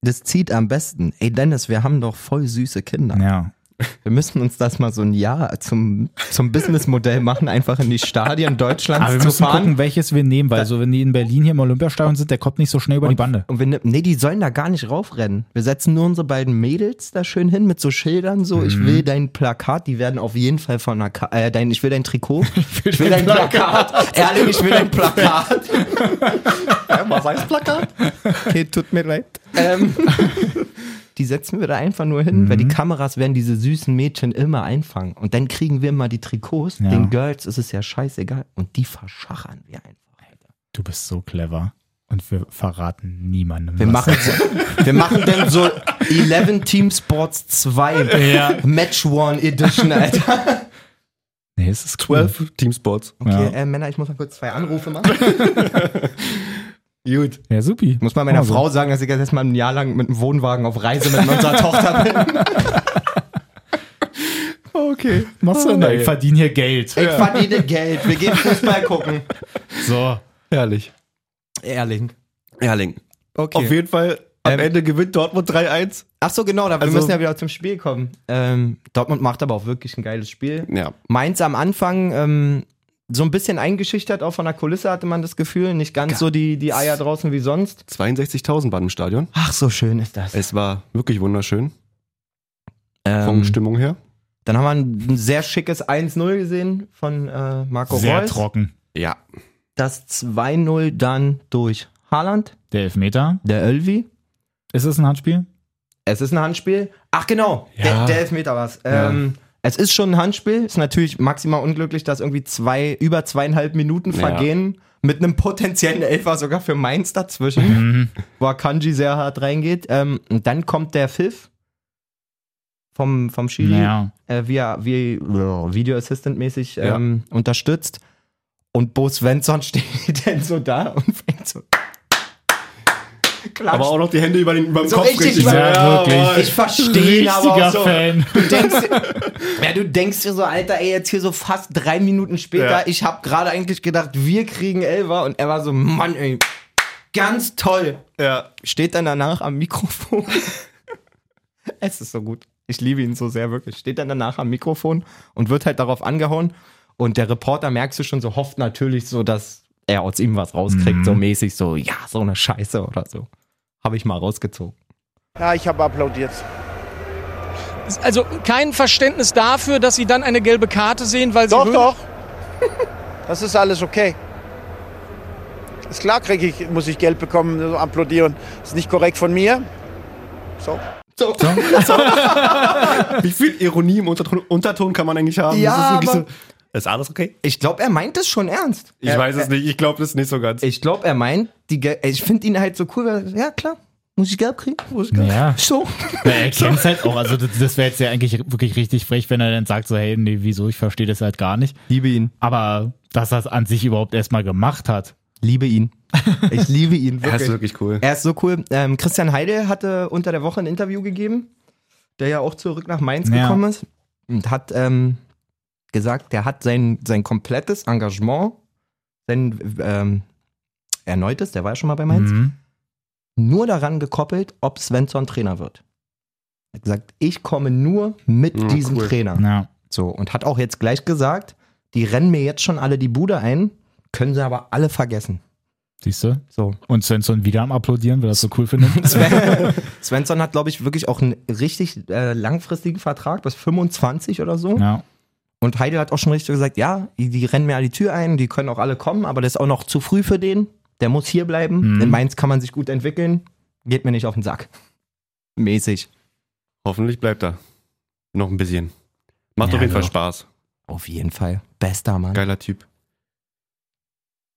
das zieht am besten. Ey Dennis, wir haben doch voll süße Kinder. Ja. Wir müssen uns das mal so ein Jahr zum, zum Businessmodell machen, einfach in die Stadien Aber wir Deutschlands zu müssen fahren. gucken, welches wir nehmen, weil so, wenn die in Berlin hier im Olympiastadion sind, der kommt nicht so schnell über die Bande. Und wir, ne- nee, die sollen da gar nicht raufrennen. Wir setzen nur unsere beiden Mädels da schön hin mit so Schildern, so, ich will dein Plakat, die werden auf jeden Fall von einer, Ka äh, dein, ich will dein Trikot, ich will, dein Plakat, ehrlich, ich will dein Plakat. Was heißt Plakat? Okay, tut mir leid. Ähm, Mhm. die setzen wir da einfach nur hin, weil die Kameras werden diese süßen Mädchen immer einfangen. Und dann kriegen wir mal die Trikots, Ja. den Girls ist es ja scheißegal. Und die verschachern wir einfach. Du bist so clever. Und wir verraten niemandem. Wir was. machen, so, wir machen dann so 11 Team Sports 2 Ja. Match One Edition, Alter. Nee, es ist cool. 12 Teamsports. Okay, Ja. äh, Männer, ich muss mal kurz zwei Anrufe machen. Gut. Ja, supi. Ich muss mal meiner Also. Frau sagen, dass ich jetzt erstmal ein Jahr lang mit einem Wohnwagen auf Reise mit unserer Tochter bin. Okay. Machst du denn da? Ich verdiene hier Geld. Ich verdiene Geld, wir gehen Fußball gucken. So. Herrlich. Ehrling. Herrling. Auf Okay. jeden Fall, am Ähm, Ende gewinnt Dortmund 3-1. Ach so, genau, da, wir Also- müssen ja wieder zum Spiel kommen. Ähm, Dortmund macht aber auch wirklich ein geiles Spiel. Ja. Mainz am Anfang ähm, so ein bisschen eingeschüchtert, auch von der Kulisse hatte man das Gefühl. Nicht ganz so die, die Eier draußen wie sonst. 62.000 waren im Stadion. Ach, so schön ist das. Es war wirklich wunderschön. Von Ähm, Stimmung her. dann haben wir ein, ein sehr schickes 1-0 gesehen von äh, Marco Sehr Reus. trocken. Ja. Das 2-0 dann durch Haaland, Der Elfmeter. der Ölvi. Ist es ein Handspiel? Es ist ein Handspiel. Ach genau, der, Ja. der Elfmeter war es. Ja. Ähm, Es ist schon ein Handspiel. Ist natürlich maximal unglücklich, dass irgendwie zwei, über zweieinhalb Minuten Ja. vergehen. Mit einem potenziellen Elfer sogar für Mainz dazwischen. Mhm. wo Akanji sehr hart reingeht. Ähm, und dann kommt der Pfiff vom, vom Schiri, Naja. äh, wie er wie, Video Assistant mäßig Ja. ähm, unterstützt. Und Bo Svensson steht dann so da und fängt so. Klatscht. Aber auch noch die Hände über den, über den So Kopf richtig so, mal- Ja, wirklich. jawohl. ich verstehe ihn aber auch so. Fan. Du denkst, ja, du denkst dir so, Alter, ey, jetzt hier so fast drei Minuten später, Ja. ich habe gerade eigentlich gedacht, wir kriegen Elva und er war so, Mann, ey, ganz toll Ja. steht dann danach am Mikrofon. es ist so gut. Ich liebe ihn so sehr, wirklich. Steht dann danach am Mikrofon und wird halt darauf angehauen. Und der Reporter, merkst du schon, so hofft natürlich so, dass er aus ihm was rauskriegt, so mäßig, so, ja, so eine Scheiße oder so. Habe ich mal rausgezogen. Na, ich habe applaudiert. Also kein Verständnis dafür, dass sie dann eine gelbe Karte sehen, weil sie Doch, hören- doch. Das ist alles okay. Ist klar, krieg ich, muss ich Geld bekommen, so applaudieren. Ist nicht korrekt von mir. So. So. Wie viel Ironie im Unterton, Unterton kann man eigentlich haben? Ja, das ist, aber- wirklich so, ist alles okay? Ich glaube, er meint es schon ernst. Ich weiß äh, es nicht, ich glaube das nicht so ganz. Ich glaube, er meint, die Gel ich finde ihn halt so cool, weil, ja klar, muss ich gelb kriegen? Muss ich gelb? Ja. So. Na, er kennt's halt auch. Also das, das wäre jetzt ja eigentlich wirklich richtig frech, wenn er dann sagt so, hey, nee, wieso, ich verstehe das halt gar nicht. Liebe ihn. Aber dass er es an sich überhaupt erstmal gemacht hat. Liebe ihn. Ich liebe ihn, Er ist wirklich. wirklich cool. Er ist so cool. Ähm, Christian Heidel hatte unter der Woche ein Interview gegeben, der ja auch zurück nach Mainz Ja. gekommen ist und hat ähm, gesagt, der hat sein, sein komplettes Engagement, sein ähm, erneutes, der war ja schon mal bei Mainz, Mhm. nur daran gekoppelt, ob Svensson Trainer wird. Er hat gesagt, ich komme nur mit Ja, Hm, diesem cool. Trainer. Ja. So, und hat auch jetzt gleich gesagt, die rennen mir jetzt schon alle die Bude ein, können sie aber alle vergessen. Siehst du? So. Und Svensson wieder am Applaudieren, weil er es so cool findet. Sven, Svensson hat, glaube ich, wirklich auch einen richtig äh, langfristigen Vertrag bis 25 oder so. ja. Und Heidel hat auch schon richtig gesagt, ja, die, die rennen mir an die Tür ein, die können auch alle kommen, aber das ist auch noch zu früh für den. Der muss hier bleiben. Mhm. In Mainz kann man sich gut entwickeln. Geht mir nicht auf den Sack. Mäßig. Hoffentlich bleibt er. Noch ein bisschen. Macht Ja, auf jeden Fall doch. Spaß. Auf jeden Fall. Bester Mann. Geiler Typ.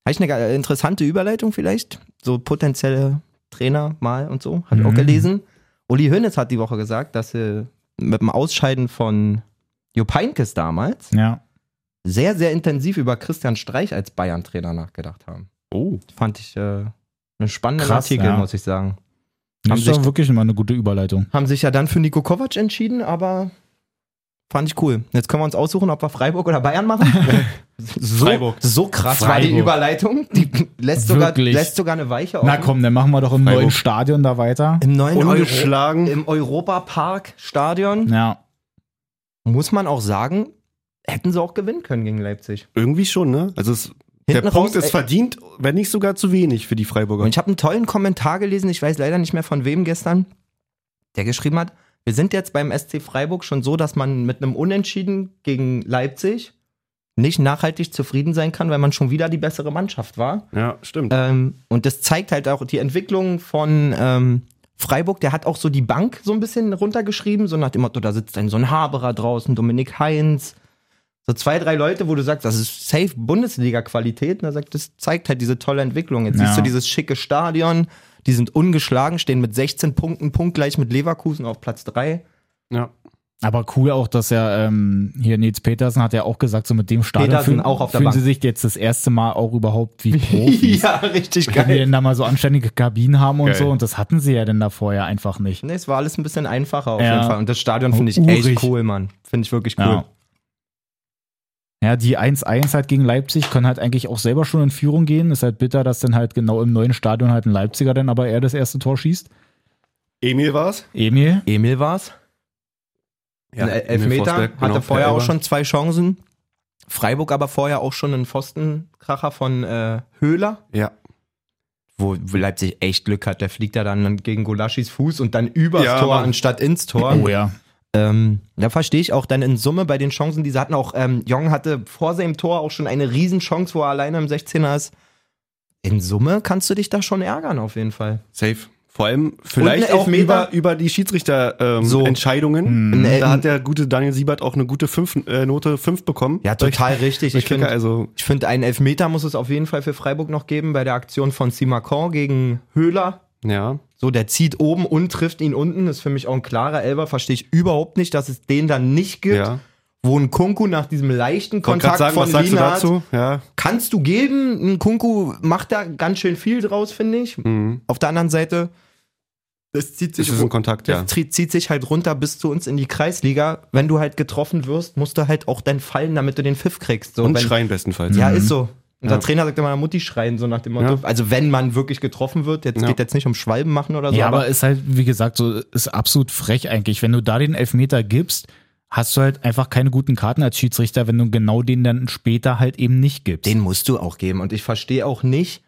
Habe ich eine ge- äh, interessante Überleitung vielleicht? So potenzielle Trainer mal und so. Habe ich auch Mhm. gelesen. Uli Hoeneß hat die Woche gesagt, dass sie mit dem Ausscheiden von Jo Heynckes damals Ja. sehr, sehr intensiv über Christian Streich als Bayern-Trainer nachgedacht haben. Oh. Fand ich äh, einen spannenden Krass, Artikel, ja. muss ich sagen. Haben Das ist doch sich- wirklich immer eine gute Überleitung. Haben sich ja dann für Nico Kovac entschieden, aber fand ich cool. Jetzt können wir uns aussuchen, ob wir Freiburg oder Bayern machen. so, Freiburg. so krass war die Freiburg. Überleitung. Die lässt sogar, Wirklich. lässt sogar eine Weiche Na komm, dann machen wir doch im Freiburg. neuen Stadion da weiter. Im neuen Euro Ungeschlagen. im Europapark-Stadion Ja. muss man auch sagen, hätten sie auch gewinnen können gegen Leipzig. Irgendwie schon, ne? Also es, der Hinten Punkt raus, ist ey. verdient, wenn nicht sogar zu wenig für die Freiburger. Und ich habe einen tollen Kommentar gelesen, ich weiß leider nicht mehr von wem gestern, der geschrieben hat, wir sind jetzt beim SC Freiburg schon so, dass man mit einem Unentschieden gegen Leipzig nicht nachhaltig zufrieden sein kann, weil man schon wieder die bessere Mannschaft war. Ja, stimmt. Ähm, und das zeigt halt auch die Entwicklung von ähm, Freiburg. Der hat auch so die Bank so ein bisschen runtergeschrieben, so nach dem Motto, da sitzt dann so ein Haberer draußen, Dominik Heinz. So zwei, drei Leute, wo du sagst, das ist safe Bundesliga-Qualität. Und er sagt, das zeigt halt diese tolle Entwicklung. Jetzt Ja. siehst du dieses schicke Stadion, die sind ungeschlagen, stehen mit 16 Punkten, punktgleich mit Leverkusen auf Platz 3. ja. Aber cool auch, dass er ähm, hier Nils Petersen hat ja auch gesagt, so mit dem Stadion Petersen fühlen, auch auf der fühlen Bank. sie sich jetzt das erste Mal auch überhaupt wie Profis. richtig Wenn die denn da mal so anständige Kabinen haben und Geil. so, und das hatten sie ja denn da vorher einfach nicht. Nee, es war alles ein bisschen einfacher auf Ja. jeden Fall. Und das Stadion finde ich Urig. echt cool, Mann. Finde ich wirklich cool. Ja. Ja, die 1-1 halt gegen Leipzig können halt eigentlich auch selber schon in Führung gehen. Ist halt bitter, dass dann halt genau im neuen Stadion halt ein Leipziger dann aber er das erste Tor schießt. Emil war's? Emil? Emil war's. Ja, ein El- Emil Elfmeter, Forsberg, hatte genau, vorher per auch Elber. schon zwei Chancen. Freiburg aber vorher auch schon einen Pfostenkracher von äh, Höhler, Ja. wo Leipzig echt Glück hat. Der fliegt ja dann gegen Golaschis Fuß und dann übers Ja, Tor Mann. anstatt ins Tor. Oh ja. Ähm, da verstehe ich auch dann in Summe bei den Chancen, die sie hatten. Auch ähm, Jong hatte vor seinem Tor auch schon eine Riesenchance, wo er alleine im 16er ist. In Summe kannst du dich da schon ärgern, auf jeden Fall. Safe. Vor allem vielleicht ein auch Elfmeter? über, über die Schiedsrichter-Entscheidungen. Ähm, So. Entscheidungen. Mhm. Ein- Da hat der gute Daniel Siebert auch eine gute fünf, äh, Note 5 bekommen. ja, total richtig. Ich Ich finde finde, also Ich finde, einen Elfmeter muss es auf jeden Fall für Freiburg noch geben bei der Aktion von Simakon gegen Höhler. ja, So, der zieht oben und trifft ihn unten. Ist für mich auch ein klarer Elber. Verstehe ich überhaupt nicht, dass es den dann nicht gibt, ja. wo ein Kunku nach diesem leichten Wollte grad Kontakt von Lienhardt, Ja. kannst du geben. Ein Kunku macht da ganz schön viel draus, finde ich. Mhm. Auf der anderen Seite, das zieht Das sich ist ein Kontakt, ja. das tri- zieht sich halt runter bis zu uns in die Kreisliga. Wenn du halt getroffen wirst, musst du halt auch dann fallen, damit du den Pfiff kriegst. So, Und wenn, schreien bestenfalls. Mhm. Mhm. ja, ist so. Unser Ja. Trainer sagt immer, Mutti schreien, so nach dem Motto. Ja. Also wenn man wirklich getroffen wird, jetzt Ja. geht jetzt nicht um Schwalben machen oder so. ja, aber ist halt, wie gesagt, so ist absolut frech eigentlich. Wenn du da den Elfmeter gibst, hast du halt einfach keine guten Karten als Schiedsrichter, wenn du genau den dann später halt eben nicht gibst. den musst du auch geben. Und ich verstehe auch nicht,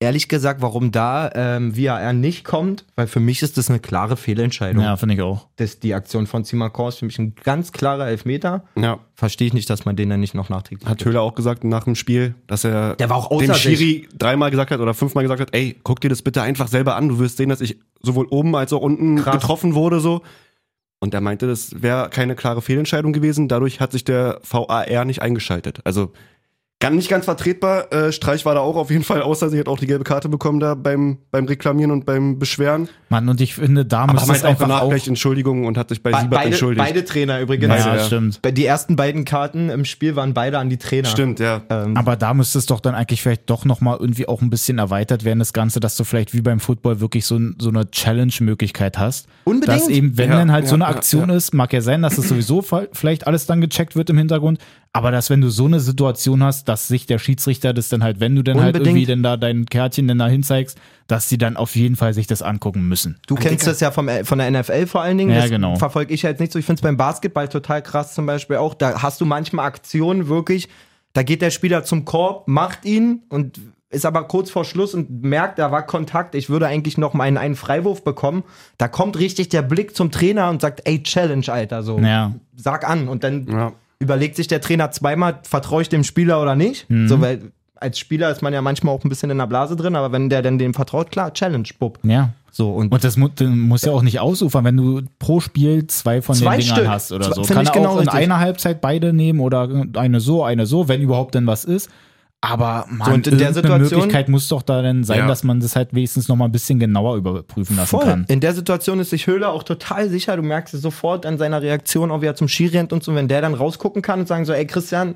ehrlich gesagt, warum da ähm, VAR nicht kommt, weil für mich ist das eine klare Fehlentscheidung. Ja, finde ich auch. Das, die Aktion von Simakor ist für mich ein ganz klarer Elfmeter. Ja, Verstehe ich nicht, dass man den dann nicht noch nachträglich hat gibt. Höhler auch gesagt nach dem Spiel, dass er Der war auch außer dem sich. Schiri dreimal gesagt hat oder fünfmal gesagt hat, ey, guck dir das bitte einfach selber an, du wirst sehen, dass ich sowohl oben als auch unten Krass. getroffen wurde so. Und er meinte, das wäre keine klare Fehlentscheidung gewesen, dadurch hat sich der VAR nicht eingeschaltet. Also gar nicht ganz vertretbar. Äh, Streich war da auch auf jeden Fall außer sie hat auch die gelbe Karte bekommen da beim beim Reklamieren und beim Beschweren. Mann, und ich finde, da Aber müsste es meinte auch einfach danach auch. gleich Entschuldigung und hat sich bei Be- Siebert beide, entschuldigt. beide Trainer übrigens. ja, ja. stimmt. Bei- Die ersten beiden Karten im Spiel waren beide an die Trainer. Stimmt, ja. Ähm, Aber da müsste es doch dann eigentlich vielleicht doch nochmal irgendwie auch ein bisschen erweitert werden, das Ganze, dass du vielleicht wie beim Football wirklich so, ein- so eine Challenge-Möglichkeit hast. Unbedingt. Dass eben, wenn Ja, dann halt ja, so eine ja, Aktion ja. ist, mag ja sein, dass es sowieso fa- vielleicht alles dann gecheckt wird im Hintergrund, aber dass wenn du so eine Situation hast, dass sich der Schiedsrichter das dann halt, wenn du dann halt Unbedingt. irgendwie denn da dein Kärtchen denn da hinzeigst, dass sie dann auf jeden Fall sich das angucken müssen. Du kennst das ja vom, äh, von der NFL vor allen Dingen. Ja, das genau. Verfolge ich halt nicht so. Ich finde es beim Basketball total krass zum Beispiel auch. Da hast du manchmal Aktionen wirklich, da geht der Spieler zum Korb, macht ihn und ist aber kurz vor Schluss und merkt, da war Kontakt. Ich würde eigentlich noch meinen einen Freiwurf bekommen. Da kommt richtig der Blick zum Trainer und sagt, ey, Challenge, Alter, so. Ja. Sag an. Und dann Ja. überlegt sich der Trainer zweimal, vertraue ich dem Spieler oder nicht? Mhm. So, weil als Spieler ist man ja manchmal auch ein bisschen in der Blase drin, aber wenn der dann dem vertraut, klar, Challenge, Bub. Ja. So, und Und das mu muss ja auch nicht ausufern, wenn du pro Spiel zwei von Zwei den Dingern Stück. hast oder Zwei- so. find Kann ich er genau auch in richtig. einer Halbzeit beide nehmen oder eine so, eine so, wenn überhaupt denn was ist. Aber man, So, und in der Situation- Möglichkeit muss doch da dann sein, Ja. dass man das halt wenigstens noch mal ein bisschen genauer überprüfen lassen Voll. kann. In der Situation ist sich Höhler auch total sicher. Du merkst es sofort an seiner Reaktion, auch wie er zum Schiri rennt und so. Wenn der dann rausgucken kann und sagen so, ey Christian,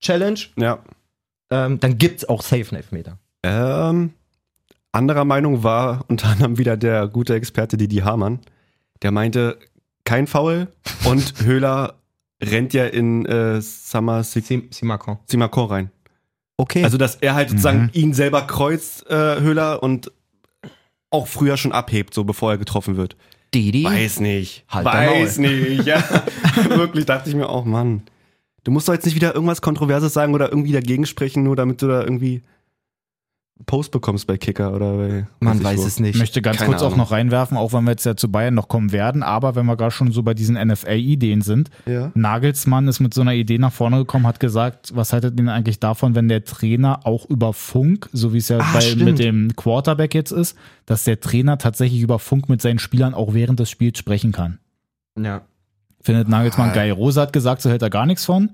Challenge, Ja. ähm, dann gibt's auch safe einen Elfmeter. Ähm, anderer Meinung war unter anderem wieder der gute Experte Didi Hamann. Der meinte, kein Foul und Höhler rennt ja in äh, Summer Sie, Sie Macron. Simakor rein. Okay. Also, dass er halt sozusagen Mhm. ihn selber kreuzt, äh, Höhler, und auch früher schon abhebt, so bevor er getroffen wird. Didi. Weiß nicht. Halt dein Weiß nicht, ja. Wirklich, dachte ich mir auch, Mann. Du musst doch jetzt nicht wieder irgendwas Kontroverses sagen oder irgendwie dagegen sprechen, nur damit du da irgendwie einen Post bekommst bei Kicker oder bei. Man weiß wo. es nicht. Ich möchte ganz keine kurz auch Ahnung. noch reinwerfen, auch wenn wir jetzt ja zu Bayern noch kommen werden, aber wenn wir gar schon so bei diesen NFL-Ideen sind, Ja. Nagelsmann ist mit so einer Idee nach vorne gekommen, hat gesagt, was haltet ihr denn eigentlich davon, wenn der Trainer auch über Funk, so wie es ja Ah, bei, stimmt. mit dem Quarterback jetzt ist, dass der Trainer tatsächlich über Funk mit seinen Spielern auch während des Spiels sprechen kann. ja. Findet Ah. Nagelsmann geil. Rosa hat gesagt, so hält er gar nichts von.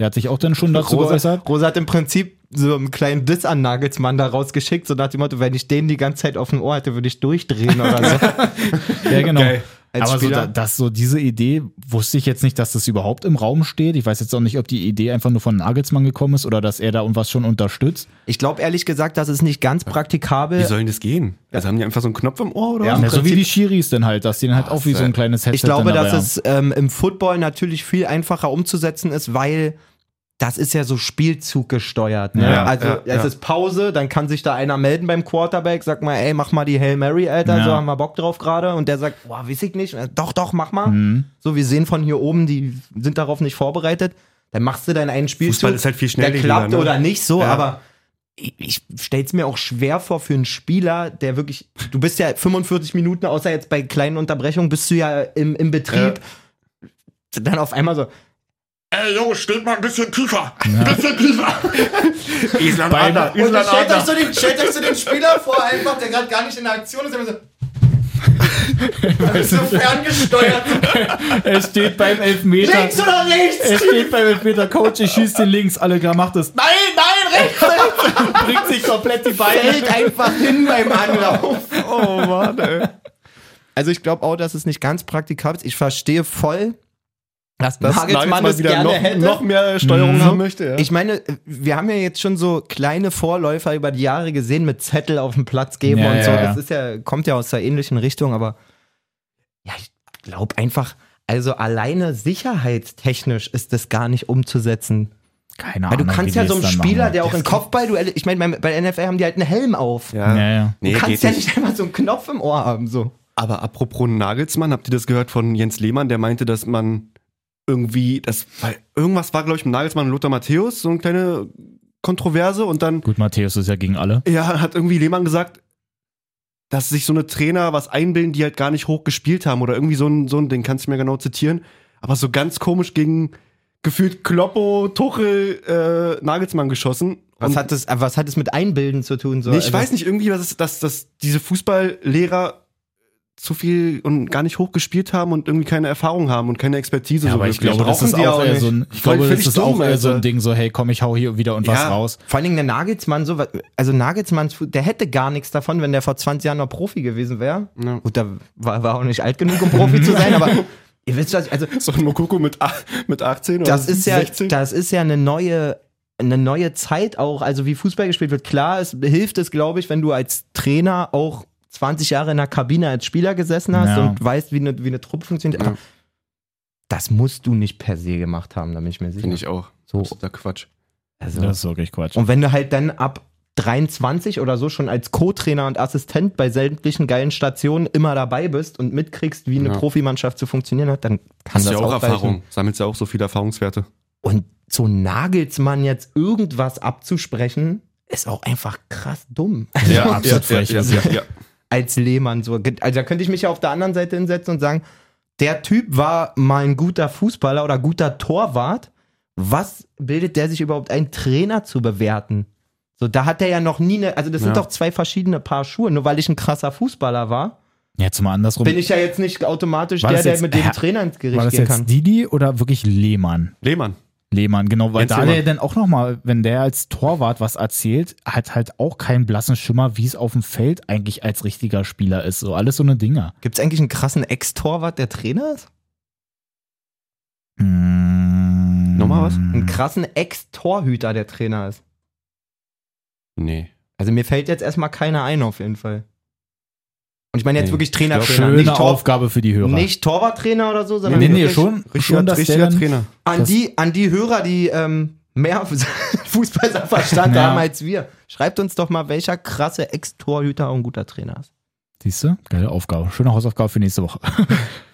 Der hat sich auch dann schon dazu Rosa, geäußert. Rosa hat im Prinzip so einen kleinen Diss an Nagelsmann da rausgeschickt, so nach dem Motto, wenn ich den die ganze Zeit auf dem Ohr hätte, würde ich durchdrehen oder so. Ja, genau. Geil. Als Aber so, Spieler? da, dass so diese Idee, wusste ich jetzt nicht, dass das überhaupt im Raum steht. Ich weiß jetzt auch nicht, ob die Idee einfach nur von Nagelsmann gekommen ist oder dass er da irgendwas schon unterstützt. Ich glaube ehrlich gesagt, das ist nicht ganz praktikabel. Wie soll denn das gehen? Also haben die einfach so einen Knopf im Ohr oder? Ja. Also, was? Ja, ne, so wie Prinzip- die Schiris dann halt, dass die dann halt auch wie so ein kleines Headset Ich glaube, dann dabei dass es haben. ähm, im Football natürlich viel einfacher umzusetzen ist, weil das ist ja so Spielzug gesteuert. Ne? Ja, also ja, es ja. ist Pause, dann kann sich da einer melden beim Quarterback, sag mal, ey, mach mal die Hail Mary, Alter, Ja. so haben wir Bock drauf gerade. Und der sagt, boah, weiß ich nicht. Und er, doch, doch, mach mal. Mhm. So, wir sehen von hier oben, die sind darauf nicht vorbereitet. Dann machst du deinen einen Spielzug. Fußball ist halt viel der schneller. klappt ne? oder nicht so, Ja. aber ich, ich stell's mir auch schwer vor für einen Spieler, der wirklich, du bist ja 45 Minuten, außer jetzt bei kleinen Unterbrechungen, bist du ja im, im Betrieb. Dann auf einmal so, Ey, Junge, steht mal ein bisschen tiefer. Bisschen tiefer. Island Ander, und Island stellt euch, Ander. so den, stellt euch so den Spieler vor, einfach, der gerade gar nicht in der Aktion ist, immer so. so ferngesteuert. Es steht beim Elfmeter. Links oder Es rechts? steht beim Elfmeter. Coach, ich schieße den links. Alle klar, macht es. Nein, nein, rechts! Bringt sich komplett die Beine. fällt einfach hin beim Anlauf. Oh Mann, ey. Also ich glaube auch, dass es nicht ganz praktikabel ist. Ich verstehe voll, dass Dass Nagelsmann es wieder gerne noch, hätte. Mhm. noch mehr Steuerung haben möchte. Ja. ich meine, wir haben ja jetzt schon so kleine Vorläufer über die Jahre gesehen mit Zettel auf dem Platz geben Ja, und ja, so. ja. Das ist ja, kommt ja aus der ähnlichen Richtung, aber ja, ich glaube einfach, also alleine sicherheitstechnisch ist das gar nicht umzusetzen. Keine Weil Ahnung. du kannst wie ja die so es einem dann Spieler, machen. der auch in Kopfballduelle, ich meine, bei der NFL haben die halt einen Helm auf. ja. Ja, ja. Nee, Du geht kannst ja nicht einfach so einen Knopf im Ohr haben, so. Aber apropos Nagelsmann, habt ihr das gehört von Jens Lehmann, der meinte, dass man irgendwie, das, weil irgendwas war, glaube ich, mit Nagelsmann und Lothar Matthäus, so eine kleine Kontroverse und dann Gut, Matthäus ist ja gegen alle. ja, hat irgendwie Lehmann gesagt, dass sich so eine Trainer was einbilden, die halt gar nicht hoch gespielt haben oder irgendwie so ein, so ein Ding, kannst du mir genau zitieren, aber so ganz komisch gegen gefühlt Kloppo, Tuchel, äh, Nagelsmann geschossen. Was Und- hat, das, äh, was hat das mit Einbilden zu tun? So? Nee, ich Also- weiß nicht, irgendwie, was ist, dass, dass diese Fußballlehrer zu viel und gar nicht hoch gespielt haben und irgendwie keine Erfahrung haben und keine Expertise. Ja, aber ich wirklich. glaube, das Brauchen ist die auch eher nicht. so ein, ich Voll- glaube, das völlig ist dumm, auch eher so ein also. Alter. Ding, so, hey, komm, ich hau hier wieder und was Ja. raus. Vor allen Dingen der Nagelsmann, so, was- also Nagelsmann, der hätte gar nichts davon, wenn der vor 20 Jahren noch Profi gewesen wäre. Ja. Gut, da war, war auch nicht alt genug, um Profi zu sein, aber ihr wisst was, also So ein Mokoko mit, a- mit 18 das oder ist ja, 16. das ist ja eine neue, eine neue Zeit auch, also wie Fußball gespielt wird. Klar, es hilft es, glaube ich, wenn du als Trainer auch 20 Jahre in der Kabine als Spieler gesessen hast Ja. und weißt, wie eine, wie eine Truppe funktioniert. Aber Ja. das musst du nicht per se gemacht haben, da bin ich mir sicher. Finde ich auch. So. Das ist der Quatsch. Also- Das ist wirklich Quatsch. Und wenn du halt dann ab 23 oder so schon als Co-Trainer und Assistent bei sämtlichen geilen Stationen immer dabei bist und mitkriegst, wie eine Ja. Profimannschaft zu funktionieren hat, dann kann das auch reichen. Sammelst ja auch so viele Erfahrungswerte. Und so Nagelsmann jetzt irgendwas abzusprechen, ist auch einfach krass dumm. Ja, absolut frech. Als Lehmann so. Also da könnte ich mich ja auf der anderen Seite hinsetzen und sagen, der Typ war mal ein guter Fußballer oder guter Torwart. Was bildet der sich überhaupt ein, Trainer zu bewerten? So, da hat er ja noch nie eine, also das sind Ja. doch zwei verschiedene Paar Schuhe. Nur weil ich ein krasser Fußballer war, Jetzt mal andersrum. bin ich ja jetzt nicht automatisch Um War der, das der jetzt- mit dem Herr- Trainer ins war Gericht das gehen jetzt kann. Didi oder wirklich Lehmann? Lehmann. Lehmann, genau, weil Jens da Lehmann. der dann auch nochmal, wenn der als Torwart was erzählt, hat halt auch keinen blassen Schimmer, wie es auf dem Feld eigentlich als richtiger Spieler ist. So alles so eine Dinger. Gibt es eigentlich einen krassen Ex-Torwart, der Trainer ist? Hm. Nochmal was? Einen krassen Ex-Torhüter, der Trainer ist. Nee. Also mir fällt jetzt erstmal keiner ein, auf jeden Fall. Und ich meine jetzt Nee, wirklich Trainer, Trainer, Schöne nicht, Tor Aufgabe für die Hörer. nicht Torwarttrainer oder so, sondern nee, nee, wirklich schon, Richtiger, schon dass der richtiger dann, Trainer. An, Das- die, an die Hörer, die ähm, mehr Fußballverstand Ja. haben als wir. Schreibt uns doch mal, welcher krasse Ex-Torhüter und guter Trainer ist. Siehst du? Geile Aufgabe. Schöne Hausaufgabe für nächste Woche.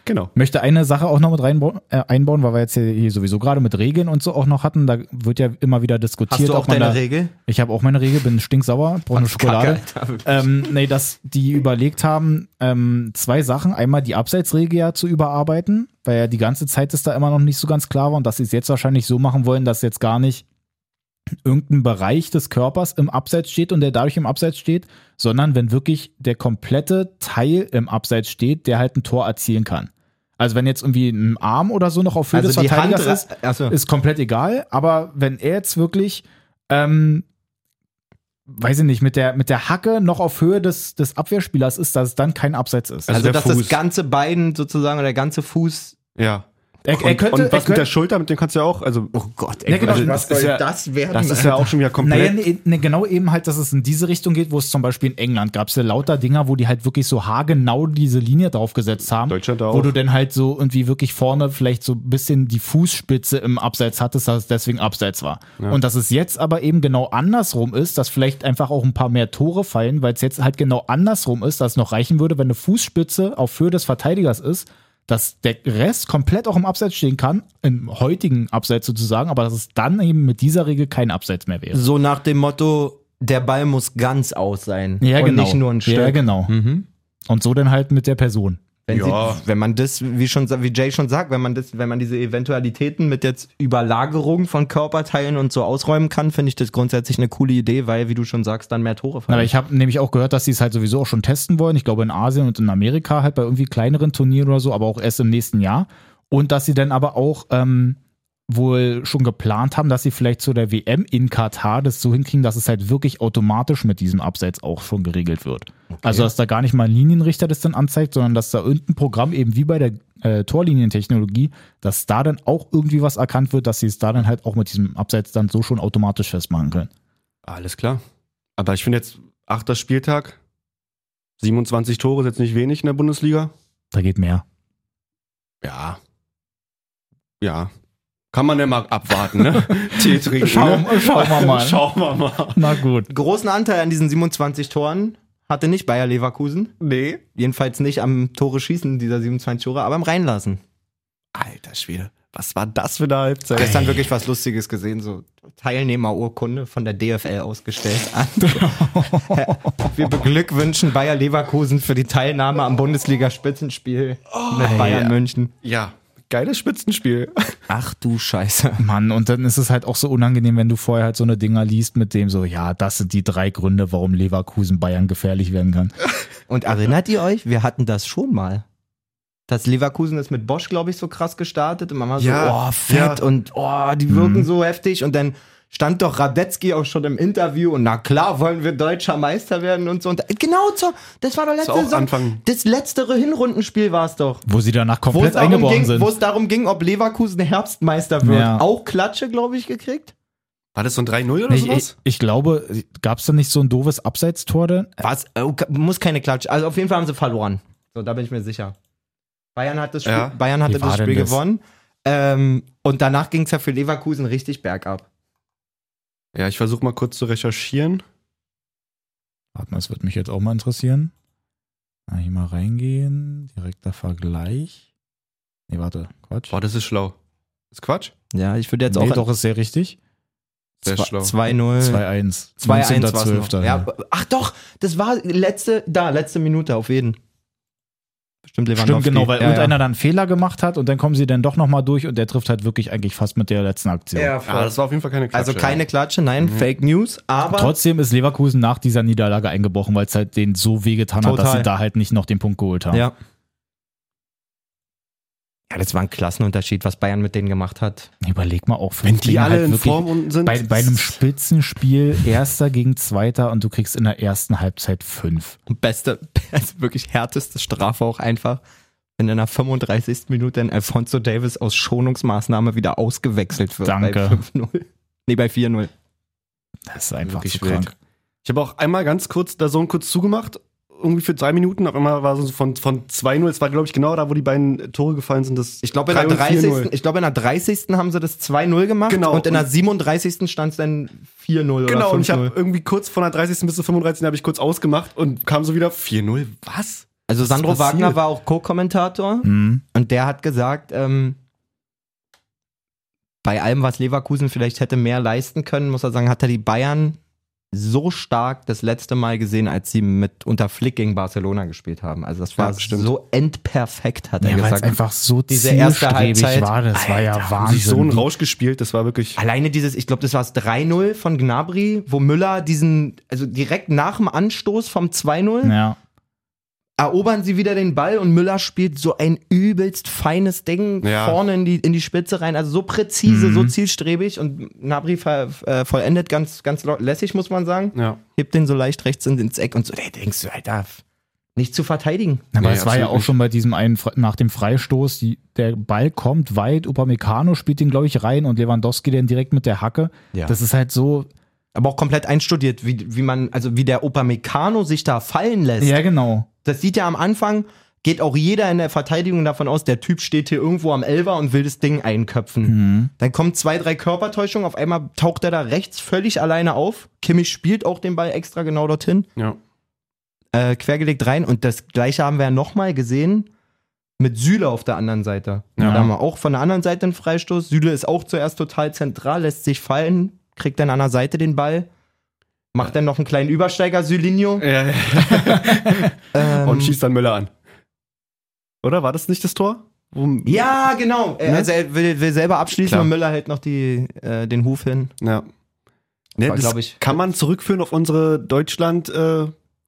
Genau. Möchte eine Sache auch noch mit reinbauen, äh, einbauen, weil wir jetzt hier, hier sowieso gerade mit Regeln und so auch noch hatten. Da wird ja immer wieder diskutiert. Hast du auch ob man deine da, Regel? Ich habe auch meine Regel, bin stinksauer, brauche eine Schokolade. Kacke, Alter, wirklich. Ähm, nee, dass die überlegt haben, ähm, zwei Sachen. Einmal die Abseitsregel ja zu überarbeiten, weil ja die ganze Zeit es da immer noch nicht so ganz klar war und dass sie es jetzt wahrscheinlich so machen wollen, dass jetzt gar nicht irgendein Bereich des Körpers im Abseits steht und der dadurch im Abseits steht, sondern wenn wirklich der komplette Teil im Abseits steht, der halt ein Tor erzielen kann. Also wenn jetzt irgendwie ein Arm oder so noch auf Höhe des also die Hand Verteidigers ist, ist, achso, ist komplett egal, aber wenn er jetzt wirklich, ähm, weiß ich nicht, mit der, mit der Hacke noch auf Höhe des, des Abwehrspielers ist, dass es dann kein Abseits ist. Also also der dass Fuß. das ganze Bein sozusagen oder der ganze Fuß. Ja. er, er Und, und was könnte, er mit der könnte Schulter, mit dem kannst du ja auch, also, Oh Gott, Ja, genau, also was das, ist ja, das werden? das ist ja auch schon wieder naja, komplett. nee, nee, genau eben halt, dass es in diese Richtung geht, wo es zum Beispiel in England gab es ja lauter Dinger, wo die halt wirklich so haargenau diese Linie draufgesetzt haben. Deutschland auch. Wo du dann halt so irgendwie wirklich vorne vielleicht so ein bisschen die Fußspitze im Abseits hattest, dass es deswegen Abseits war. Und dass es jetzt aber eben genau andersrum ist, dass vielleicht einfach auch ein paar mehr Tore fallen, weil es jetzt halt genau andersrum ist, dass es noch reichen würde, wenn eine Fußspitze auf Höhe des Verteidigers ist, dass der Rest komplett auch im Abseits stehen kann, im heutigen Abseits sozusagen, aber dass es dann eben mit dieser Regel kein Abseits mehr wäre. So nach dem Motto, der Ball muss ganz aus sein. und nicht nur ein Stück. genau. Ja, genau. Und so dann halt mit der Person. Wenn, Ja. sie, wenn man das, wie schon, wie Jay schon sagt, wenn man das, wenn man diese Eventualitäten mit jetzt Überlagerung von Körperteilen und so ausräumen kann, finde ich das grundsätzlich eine coole Idee, weil, wie du schon sagst, dann mehr Tore Aber fallen. ich habe nämlich auch gehört, dass die es halt sowieso auch schon testen wollen. Ich glaube in Asien und in Amerika halt bei irgendwie kleineren Turnieren oder so, aber auch erst im nächsten Jahr. Und dass sie dann aber auch ähm, wohl schon geplant haben, dass sie vielleicht zu der WM in Katar das so hinkriegen, dass es halt wirklich automatisch mit diesem Abseits auch schon geregelt wird. Also dass da gar nicht mal ein Linienrichter das dann anzeigt, sondern dass da irgendein Programm eben wie bei der äh, Torlinientechnologie, dass da dann auch irgendwie was erkannt wird, dass sie es da dann halt auch mit diesem Abseits dann so schon automatisch festmachen können. Alles klar. Aber ich finde jetzt, achter Spieltag, 27 Tore ist jetzt nicht wenig in der Bundesliga. Da geht mehr. Ja. Ja. Kann man ja mal abwarten, ne? Tee trinken. Schauen- ne? schauen wir mal. Schauen wir mal. Na gut. Großen Anteil an diesen 27 Toren hatte nicht Bayer Leverkusen. Nee. Jedenfalls nicht am Tore schießen dieser 27 Tore, aber am Reinlassen. Alter Schwede. Was war das für eine Halbzeit? Gestern wirklich was Lustiges gesehen, so Teilnehmerurkunde von der DFL ausgestellt an. Wir beglückwünschen Bayer Leverkusen für die Teilnahme am Bundesliga-Spitzenspiel mit Bayern München. Ja, geiles Spitzenspiel. Ach du Scheiße. Mann, und dann ist es halt auch so unangenehm, wenn du vorher halt so eine Dinger liest mit dem so, ja, das sind die drei Gründe, warum Leverkusen Bayern gefährlich werden kann. Und erinnert ihr euch, wir hatten das schon mal. Das Leverkusen ist mit Bosch, glaube ich, so krass gestartet und man war Ja, so, oh, fett ja. und oh, die wirken so heftig und dann stand doch Radetzky auch schon im Interview und na klar wollen wir deutscher Meister werden und so. Und genau, so, das war doch letzte auch Saison. Anfang. Das letztere Hinrundenspiel war es doch. Wo sie danach Wo es komplett darum, eingebrochen ging, sind. wo es darum ging, ob Leverkusen Herbstmeister wird. Ja. Auch Klatsche, glaube ich, gekriegt. War das so ein 3-0 oder Ich, ich, sowas? ich glaube, gab es da nicht so ein doofes Abseitstor denn? Was? Äh, okay, Muss keine Klatsche. Also auf jeden Fall haben sie verloren. So, da bin ich mir sicher. Bayern hat das Spiel, Ja. Bayern hatte Wie das war Spiel denn das? gewonnen. Ähm, und danach ging es ja für Leverkusen richtig bergab. Ja, ich versuche mal kurz zu recherchieren. Warte mal, das würde mich jetzt auch mal interessieren. Na, hier mal reingehen. Direkter Vergleich. Nee, warte. Quatsch. Boah, das ist schlau. Ist Quatsch? Ja, ich würde jetzt nee, auch doch, ist sehr richtig. Sehr Zwei- schlau. 2-0. 2-1. 2-1 war's noch. 19.12.. Ja, ach doch, das war letzte, da, letzte Minute auf jeden. Bestimmt Lewandowski. Stimmt, genau, weil ja, irgendeiner dann einen Fehler gemacht hat und dann kommen sie dann doch nochmal durch und der trifft halt wirklich eigentlich fast mit der letzten Aktion. ja. Ja, voll. Ah, das war auf jeden Fall keine Klatsche. Mhm. Also keine Klatsche, nein, Fake News, aber Trotzdem ist Leverkusen nach dieser Niederlage eingebrochen, weil es halt denen so wehgetan hat, dass Total. sie da halt nicht noch den Punkt geholt haben. Ja. Ja, das war ein Klassenunterschied, was Bayern mit denen gemacht hat. Überleg mal auch, Wenn fünf die Dinge alle halt in wirklich- Form unten sind. Bei, bei einem Spitzenspiel Erster gegen Zweiter und du kriegst in der ersten Halbzeit fünf. Und beste, also wirklich härteste Strafe auch einfach, wenn in der 35. Minute dann Alfonso Davis aus Schonungsmaßnahme wieder ausgewechselt wird. Danke. Bei 5-0. Nee, bei 4-0. Das ist einfach Wirklich zu wild. krank. Ich habe auch einmal ganz kurz da so ein kurz zugemacht, irgendwie für drei Minuten. Auf einmal war so von, von 2-0, es war, glaube ich, genau da, wo die beiden Tore gefallen sind. Das Ich glaube, in, der 3 und 30. 4-0. ich glaube, in der 30. haben sie das 2-0 gemacht Genau. und in der 37. stand es dann 4-0 Genau, oder und ich habe 5-0. irgendwie kurz von der 30. bis zur 35. habe ich kurz ausgemacht und kam so wieder 4-0. Was? Also Sandro passiert? Wagner war auch Co-Kommentator. Mhm. Und der hat gesagt, ähm, bei allem, was Leverkusen vielleicht hätte mehr leisten können, muss er sagen, hat er die Bayern so stark das letzte Mal gesehen, als sie mit unter Flick gegen Barcelona gespielt haben. Also das war Ja, stimmt. so endperfekt, hat er Ja, weil es gesagt. einfach so diese erste zielstrebig Halbzeit- war. Das war ja Haben sich Wahnsinn. so einen Rausch gespielt, das war wirklich. Alleine dieses, ich glaube, das war das 3-0 von Gnabry, wo Müller diesen, also direkt nach dem Anstoß vom 2-0 ja. erobern sie wieder den Ball und Müller spielt so ein übelst feines Ding Ja. vorne in die, in die Spitze rein. Also so präzise, Mhm. so zielstrebig und Nabri ver, äh, vollendet ganz, ganz lo- lässig, muss man sagen. Ja. Hebt den so leicht rechts in- ins Eck und so, da denkst du, Alter, f- nicht zu verteidigen. Aber Nee, es war ja absolut auch nicht. schon bei diesem einen, Fre- nach dem Freistoß, die, der Ball kommt weit, Upamecano spielt den, glaube ich, rein und Lewandowski den direkt mit der Hacke. Ja. Das ist halt so. Aber auch komplett einstudiert, wie, wie man, also wie der Opamecano sich da fallen lässt. Ja, genau. Das sieht ja am Anfang, geht auch jeder in der Verteidigung davon aus, der Typ steht hier irgendwo am Elfer und will das Ding Mhm. einköpfen. Dann kommen zwei, drei Körpertäuschungen, auf einmal taucht er da rechts völlig alleine auf. Kimmich spielt auch den Ball extra genau dorthin, ja. äh, quergelegt rein und das gleiche haben wir ja nochmal gesehen mit Süle auf der anderen Seite. Ja. Da haben wir auch von der anderen Seite einen Freistoß. Süle ist auch zuerst total zentral, lässt sich fallen, kriegt dann an der Seite den Ball. Macht dann noch einen kleinen Übersteiger, Sylinho. Ja, ja. Ähm, Und schießt dann Müller an. Oder war das nicht das Tor? Wo- Ja, genau. Er- Ne? Also er will, will selber abschließen Klar. und Müller hält noch die, äh, den Huf hin. Ja. Ne, War, das glaub ich- kann man zurückführen auf unsere Deutschland äh,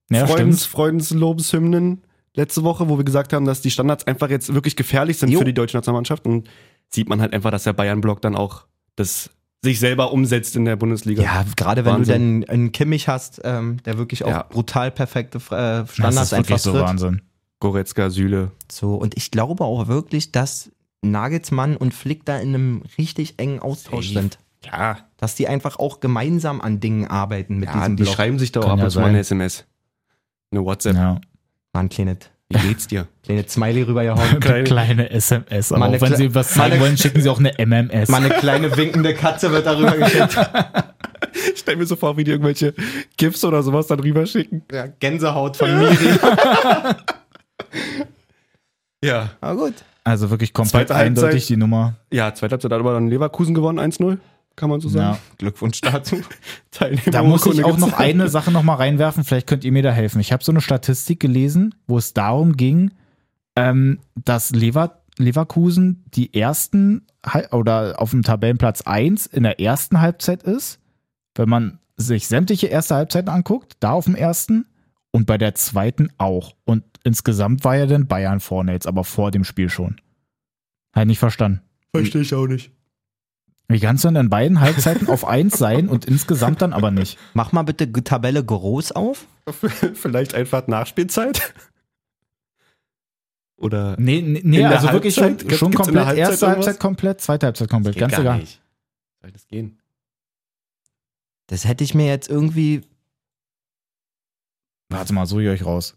Ja, Freudens, stimmt. Freudenslobeshymnen letzte Woche, wo wir gesagt haben, dass die Standards einfach jetzt wirklich gefährlich sind Jo. für die deutsche Nationalmannschaft. Und sieht man halt einfach, dass der Bayern-Block dann auch das sich selber umsetzt in der Bundesliga. Ja, gerade wenn Wahnsinn. du dann einen Kimmich hast, ähm, der wirklich auch Ja. brutal perfekte äh, Das Standards ist einfach wirklich so so tritt. Wahnsinn. Goretzka, Süle. So, und ich glaube auch wirklich, dass Nagelsmann und Flick da in einem richtig engen Austausch sind. Ja, Dass die einfach auch gemeinsam an Dingen arbeiten mit ja diesem die Block. schreiben sich da auch Kann ab ja und zu mal sein. eine SMS. Eine WhatsApp. Ja. Mann, kleine, Wie geht's dir? kleine Smiley rübergehauen. Kleine, kleine SMS. Aber Meine auch wenn Kle- sie was zeigen meine- wollen, schicken sie auch eine MMS. Mal eine kleine winkende Katze wird darüber geschickt. Ich stell mir so vor, wie die irgendwelche GIFs oder sowas dann rüber schicken. Ja, Gänsehaut von Miri. Ja. Na gut. Also wirklich komplett Zweite Halbzeit. eindeutig die Nummer. Ja, zweite Halbzeit hat aber dann Leverkusen gewonnen, 1-0. kann man so sagen. Ja. Glückwunsch dazu. Teilnehmer- Da muss ich Urkunde auch noch gibt's. eine Sache noch mal reinwerfen. Vielleicht könnt ihr mir da helfen. Ich habe so eine Statistik gelesen, wo es darum ging, ähm, dass Lever Leverkusen die ersten Hal- oder auf dem Tabellenplatz 1 in der ersten Halbzeit ist, wenn man sich sämtliche erste Halbzeiten anguckt, da auf dem ersten und bei der zweiten auch. Und insgesamt war ja dann Bayern vorne jetzt, aber vor dem Spiel schon. Halt nicht verstanden. Verstehe ich auch nicht. Wie kannst du denn in beiden Halbzeiten auf 1 sein und insgesamt dann aber nicht? Mach mal bitte G- Tabelle groß auf. Vielleicht einfach Nachspielzeit? Oder Nee, nee, nee In der also wirklich schon, Halbzeit? Gibt's- schon gibt's in der komplett. Halbzeit erste irgendwas? Halbzeit komplett, zweite Halbzeit komplett. Geht Ganz gar egal. nicht. soll das gehen? Das hätte ich mir jetzt irgendwie. Warte mal, so gehe ich raus.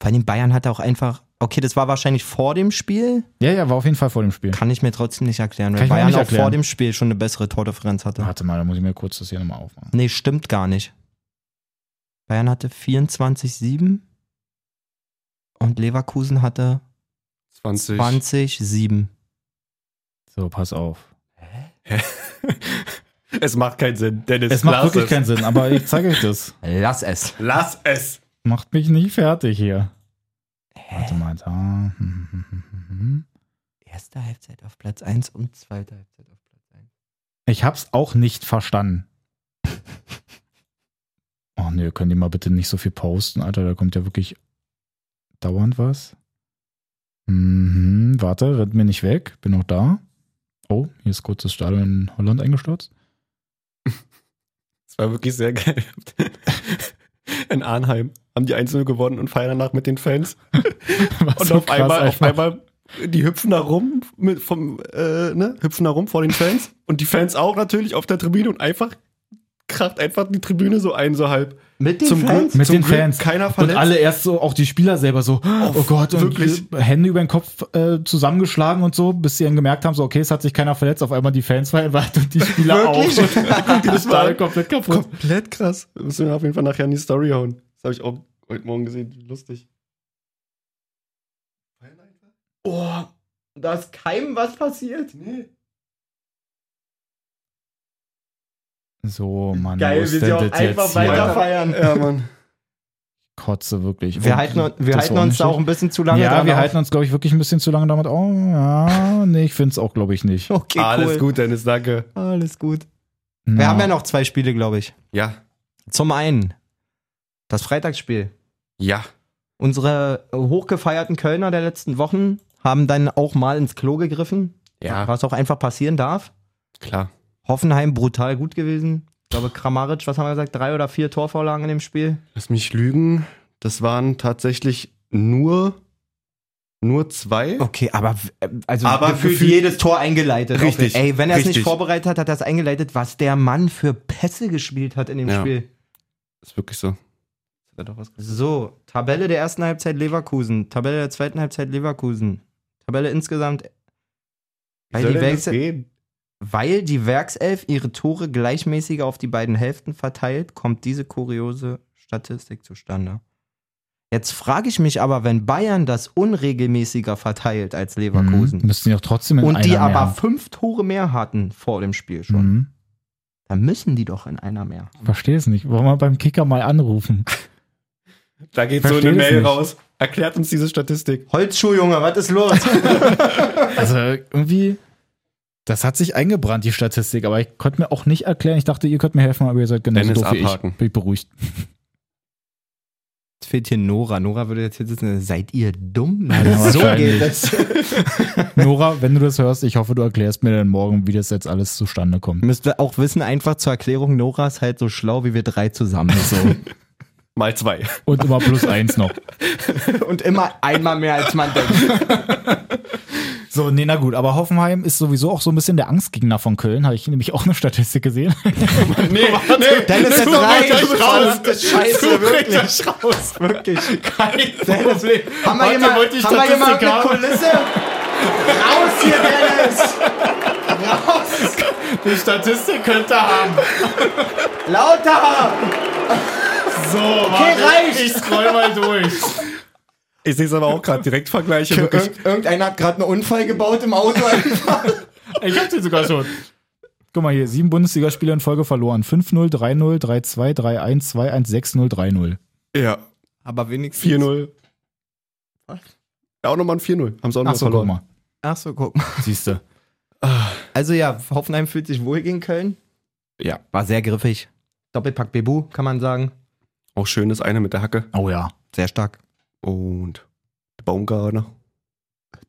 Vor allem Bayern hat auch einfach. Okay, das war wahrscheinlich vor dem Spiel. Ja, ja, war auf jeden Fall vor dem Spiel. Kann ich mir trotzdem nicht erklären, weil Hm. Kann ich mir auch Bayern nicht auch erklären. vor dem Spiel schon eine bessere Tordifferenz hatte. Warte mal, da muss ich mir kurz das hier nochmal aufmachen. Nee, stimmt gar nicht. Bayern hatte 24-7 und Leverkusen hatte 20. 20-7. So, pass auf. Es macht keinen Sinn, Dennis. Es macht lass wirklich es. keinen Sinn, aber ich zeige euch das. Lass es. Lass es. Macht mich nicht fertig hier. Warte mal, da. Hm, hm, hm, hm, hm. Erste Halbzeit auf Platz 1 und zweite Halbzeit auf Platz 1. Ich hab's auch nicht verstanden. Oh nö, könnt ihr mal bitte nicht so viel posten, Alter, da kommt ja wirklich dauernd was. Mhm, warte, rennt mir nicht weg, bin noch da. Oh, hier ist kurz das Stadion in Holland eingestürzt. Es war wirklich sehr geil. In Arnheim haben die 1-0 gewonnen und feiern danach mit den Fans. War Und so auf, krass einmal, auf einfach. einmal, die hüpfen da rum, mit, vom, äh, ne? hüpfen da rum vor den Fans. Und die Fans auch natürlich auf der Tribüne und einfach kracht einfach die Tribüne so ein, so halb. Mit den Zum Fans? Glück- mit zum den Glück Fans. Keiner Und verletzt. alle erst so, auch die Spieler selber so, oh, Gott, und wirklich? die Hände über den Kopf äh, zusammengeschlagen und so, bis sie dann gemerkt haben, so, okay, es hat sich keiner verletzt, auf einmal die Fans feiern weit und die Spieler auch. Wirklich? Und das war- Stadion komplett kaputt. Komplett krass. Wir müssen wir auf jeden Fall nachher in die Story hauen. Das habe ich auch heute Morgen gesehen. Lustig. Oh, da ist keinem was passiert. Nee. So, Mann, Geil, wo ist wir sind denn ja auch das jetzt einfach hier? weiter feiern. Ja, Mann. Kotze, wirklich. Wir Und halten, wir das halten war uns da nicht auch ein bisschen zu schlecht. lange Ja, dran wir auf. halten uns, glaube ich, wirklich ein bisschen zu lange damit. Oh, ja, nee, ich finde es auch, glaube ich, nicht. Okay, Alles cool. gut, Dennis, danke. Alles gut. Wir haben ja noch zwei Spiele, glaube ich. Ja, Zum einen das Freitagsspiel. ja. Unsere hochgefeierten Kölner der letzten Wochen haben dann auch mal ins Klo gegriffen, Ja, was auch einfach passieren darf. klar. Hoffenheim brutal gut gewesen. Ich glaube, Kramaric, was haben wir gesagt, drei oder vier Torvorlagen in dem Spiel. Lass mich lügen. Das waren tatsächlich nur, nur zwei. Okay, aber also Aber gefühlt äh, gefühlt- jedes Tor eingeleitet. Richtig, Ey, wenn er es nicht richtig. vorbereitet hat, hat er es eingeleitet, was der Mann für Pässe gespielt hat in dem Ja. Spiel. Ist wirklich so. Hat er doch was gesagt? So, Tabelle der ersten Halbzeit Leverkusen, Tabelle der zweiten Halbzeit Leverkusen, Tabelle insgesamt. Wie Weil soll die, denn das Werkse gehen? weil die Werkself ihre Tore gleichmäßiger auf die beiden Hälften verteilt, kommt diese kuriose Statistik zustande. Jetzt frage ich mich aber, wenn Bayern das unregelmäßiger verteilt als Leverkusen, Mhm. Müssen die doch trotzdem in und die einer mehr aber haben. fünf Tore mehr hatten vor dem Spiel schon. Mhm. Dann müssen die doch in einer mehr. Verstehe es nicht. Wollen wir beim Kicker mal anrufen? Da geht so Verstehe eine das Mail nicht. raus. Erklärt uns diese Statistik. Holzschuh, Junge, was ist los? Also irgendwie, das hat sich eingebrannt, die Statistik, aber ich konnte mir auch nicht erklären. Ich dachte, ihr könnt mir helfen, aber ihr seid genauso Dennis, doof wie ich. abhaken. Bin ich beruhigt. Jetzt fehlt hier Nora. Nora würde jetzt hier sitzen. Seid ihr dumm? Ja, so wahrscheinlich. geht das. Nora, wenn du das hörst, ich hoffe, du erklärst mir dann morgen, wie das jetzt alles zustande kommt. Müsst ihr auch wissen, einfach zur Erklärung, Nora ist halt so schlau wie wir drei zusammen. So. Mal zwei. Und immer plus eins noch. Und immer einmal mehr als man denkt. So, nee, na gut, aber Hoffenheim ist sowieso auch so ein bisschen der Angstgegner von Köln, habe ich nämlich auch eine Statistik gesehen. Nee, nee, Dennis jetzt Such rein. mich euch raus. Verdammte Scheiße, Such mich wirklich. euch raus. Wirklich. Kein Problem. Haben wir Heute jemand- wollte ich haben wir Statistik jemand eine haben. Kulisse? Raus hier, Dennis! Raus! Die Statistik könnte haben. Lauter! So, Okay, reicht! Ich scroll mal durch. Ich sehe es aber auch gerade. Direktvergleiche wirklich. Irgend- Irgendeiner hat gerade einen Unfall gebaut im Auto. Ich hab sie sogar schon. Guck mal hier, sieben Bundesligaspiele in Folge verloren. 5-0, 3-0, 3-2, 3-1, 2-1, 6-0, 3-0. Ja, Aber wenigstens. 4-0. Was? Ja, auch nochmal ein 4-0. Haben sie auch noch Ach so, guck verloren. mal. Ach so, guck mal. Siehst du. Also ja, Hoffenheim fühlt sich wohl gegen Köln. Ja, war sehr griffig. Doppelpack Bebu, kann man sagen. Auch schön das eine mit der Hacke. Oh ja. Sehr stark. Und der Baumgartner.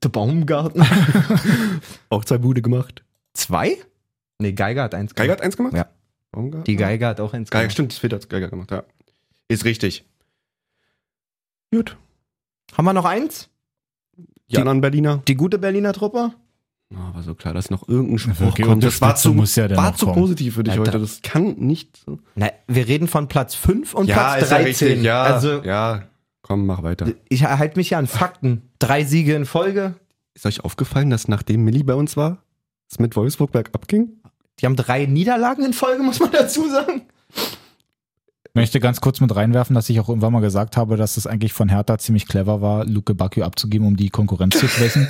Der Baumgarten. Auch zwei Bude gemacht. Zwei? Nee, Geiger hat eins. Geiger hat eins gemacht? Ja. Baumgartner? Die Geiger hat auch eins. Geiger, gemacht. stimmt, das Fehlt hat Geiger gemacht, ja. Ist richtig. Gut. Haben wir noch eins? Die, anderen Berliner. Die gute Berliner Truppe? Na, war so klar, dass noch irgendein Spruch Okay, kommt. Also, Das war zu, muss ja dann war noch zu kommen. positiv für dich Alter. heute. Das kann nicht so. Na, Ne, wir reden von Platz 5 und Platz 13. ja. also ja, komm, mach weiter. ich halte mich ja an Fakten. Drei Siege in Folge. Ist euch aufgefallen, dass nachdem Milli bei uns war, es mit Wolfsburg bergab ging? Die haben drei Niederlagen in Folge, muss man dazu sagen. Ich möchte ganz kurz mit reinwerfen, dass ich auch irgendwann mal gesagt habe, dass es eigentlich von Hertha ziemlich clever war, Luke Bacchio abzugeben, um die Konkurrenz zu schwächen.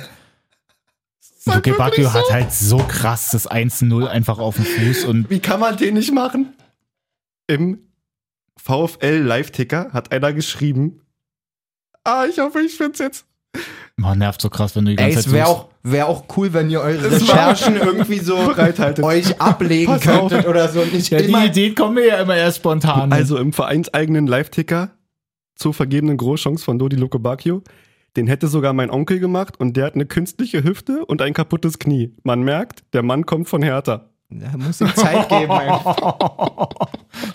Luke Bacchio hat halt so krass das 1-0 einfach auf dem Fuß und Wie kann man den nicht machen? Im VfL Live-Ticker hat einer geschrieben. Ah, ich hoffe, ich find's jetzt. man nervt so krass, wenn du die Ey, ganze es Zeit wäre suchst. auch, wär auch cool, wenn ihr eure Es war- Recherchen irgendwie so Bereithaltet. euch ablegen Pass auf. könntet oder so. Nicht ja, immer die Ideen kommen mir ja immer erst spontan. Also im vereinseigenen Live-Ticker zur vergebenen Großchance von Dodi Luke Bacchio. Den hätte sogar mein Onkel gemacht und der hat eine künstliche Hüfte und ein kaputtes Knie. Man merkt, der Mann kommt von Hertha. Da muss ihm Zeit geben. einfach.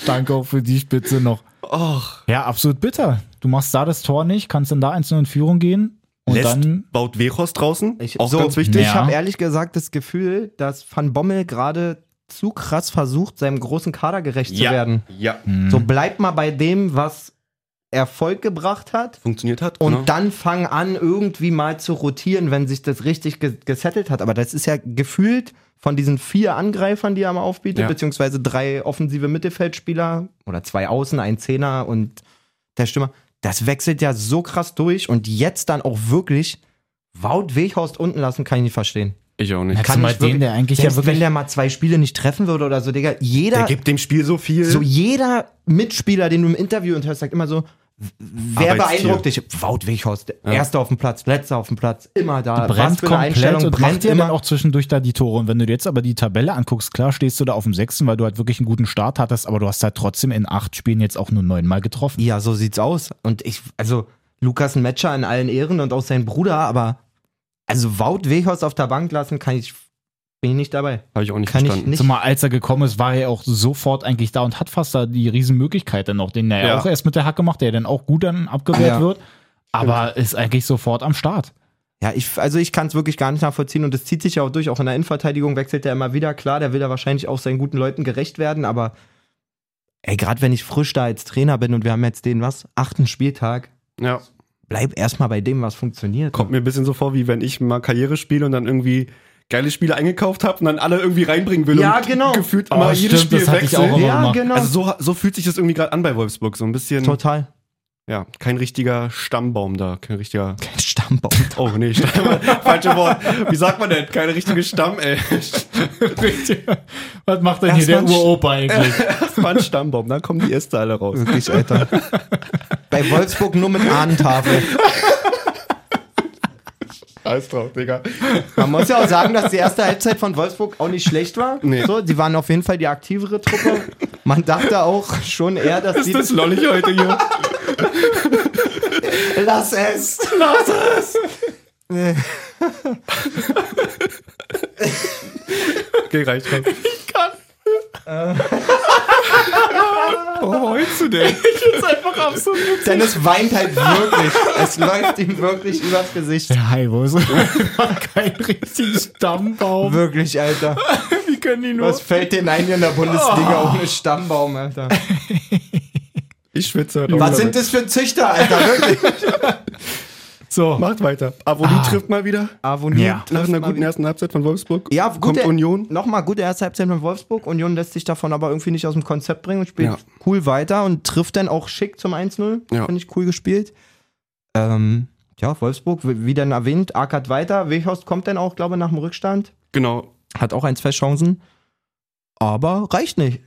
Danke auch für die Spitze noch. Och, Ja, absolut bitter. Du machst da das Tor nicht, kannst dann da einzeln in Führung gehen und Lässt- dann baut Wehorst draußen. Ich- auch so, ganz wichtig. Ich Ja. habe ehrlich gesagt das Gefühl, dass Van Bommel gerade zu krass versucht, seinem großen Kader gerecht zu werden. ja. Mhm. So bleibt mal bei dem, was Erfolg gebracht hat. Funktioniert hat. Und genau. dann fang an, irgendwie mal zu rotieren, wenn sich das richtig ge gesettelt hat. Aber das ist ja gefühlt von diesen vier Angreifern, die er mal aufbietet, Ja. beziehungsweise drei offensive Mittelfeldspieler oder zwei Außen, ein Zehner und der Stürmer. Das wechselt ja so krass durch und jetzt dann auch wirklich Wout Weghorst unten lassen, kann ich nicht verstehen. ich auch nicht. Hättest du kann mal ich den, wirklich- der eigentlich ja Selbst wirklich wenn der mal zwei Spiele nicht treffen würde oder so, Digga, jeder, Der gibt dem Spiel so viel. Mhm. so jeder Mitspieler, den du im Interview und hörst, sagt immer so, wer Arbeitstier. beeindruckt dich? Wout Weghorst, erster auf dem Platz, letzter auf dem Platz, immer da. brennt komplett und brennt brennt dir dann immer. auch zwischendurch da die Tore. Und wenn du dir jetzt aber die Tabelle anguckst, klar stehst du da auf dem Sechsten, weil du halt wirklich einen guten Start hattest, aber du hast halt trotzdem in acht Spielen jetzt auch nur neunmal getroffen. ja, so sieht's aus. Und ich, also Lukas ein Matcher in allen Ehren und auch sein Bruder, aber also Wout Weghorst auf der Bank lassen kann ich, bin ich nicht dabei. Habe ich auch nicht Kann ich verstanden. nicht. Zumal als er gekommen ist, war er ja auch sofort eigentlich da und hat fast da die Riesenmöglichkeit dann noch, den er ja. Ja. auch erst mit der Hacke macht, der dann auch gut dann abgewehrt Ja. wird, aber ist eigentlich sofort am Start. Ja, ich, also ich kann es wirklich gar nicht nachvollziehen und das zieht sich ja auch durch. Auch in der Innenverteidigung wechselt er immer wieder. Klar, der will da wahrscheinlich auch seinen guten Leuten gerecht werden, aber ey, gerade wenn ich frisch da als Trainer bin und wir haben jetzt den was, achten Spieltag, Ja. bleib erstmal bei dem, was funktioniert. Kommt mir ein bisschen so vor, wie wenn ich mal Karriere spiele und dann irgendwie geile Spiele eingekauft habe und dann alle irgendwie reinbringen will. Ja, und genau. Gefühlt Oh, immer jedes stimmt, das Spiel hatte ich auch wechselt. immer Ja, gemacht. genau. Also so, so fühlt sich das irgendwie gerade an bei Wolfsburg. So ein bisschen, Total. ja, kein richtiger Stammbaum da. Kein richtiger, Kein Stammbaum. oh nee, Stamm, falsche Wort. Wie sagt man denn? Keine richtige Stamm, ey. Was macht denn hier der Uropa eigentlich? Das war ein Stammbaum, dann kommen die Äste alle raus. Wirklich, Alter. bei Wolfsburg nur mit Ahnentafel. Scheiß drauf, Digga. Man muss ja auch sagen, dass die erste Halbzeit von Wolfsburg auch nicht schlecht war. Nee. So, die waren auf jeden Fall die aktivere Truppe. Man dachte auch schon eher, dass die. Ist das lollig heute hier? Lass es! Lass es! Okay, reicht schon. Ich kann. Wo heulst du denn? Dennis weint halt wirklich. Es läuft ihm wirklich übers Gesicht. Der Haibo ist kein richtiger Stammbaum. Wirklich, Alter. Wie können die nur? Was fällt denn ein hier in der Bundesliga ohne Stammbaum, Alter? Ich schwitze heute auch Was damit. sind das für ein Züchter, Alter? Wirklich. So. Macht weiter. Ah. Avoni trifft mal wieder. Avonier Ja. Nach trifft einer mal guten wieder. ersten Halbzeit von Wolfsburg. ja, kommt gute, Union. Nochmal, gute erste Halbzeit mit Wolfsburg. Union lässt sich davon aber irgendwie nicht aus dem Konzept bringen und spielt Ja. cool weiter und trifft dann auch schick zum 1-0. Ja. Finde ich cool gespielt. Ähm, ja, Wolfsburg, wie wie dann erwähnt, ackert weiter. Wechhorst kommt dann auch, glaube ich, nach dem Rückstand. Genau. Hat auch ein, zwei Chancen. aber reicht nicht.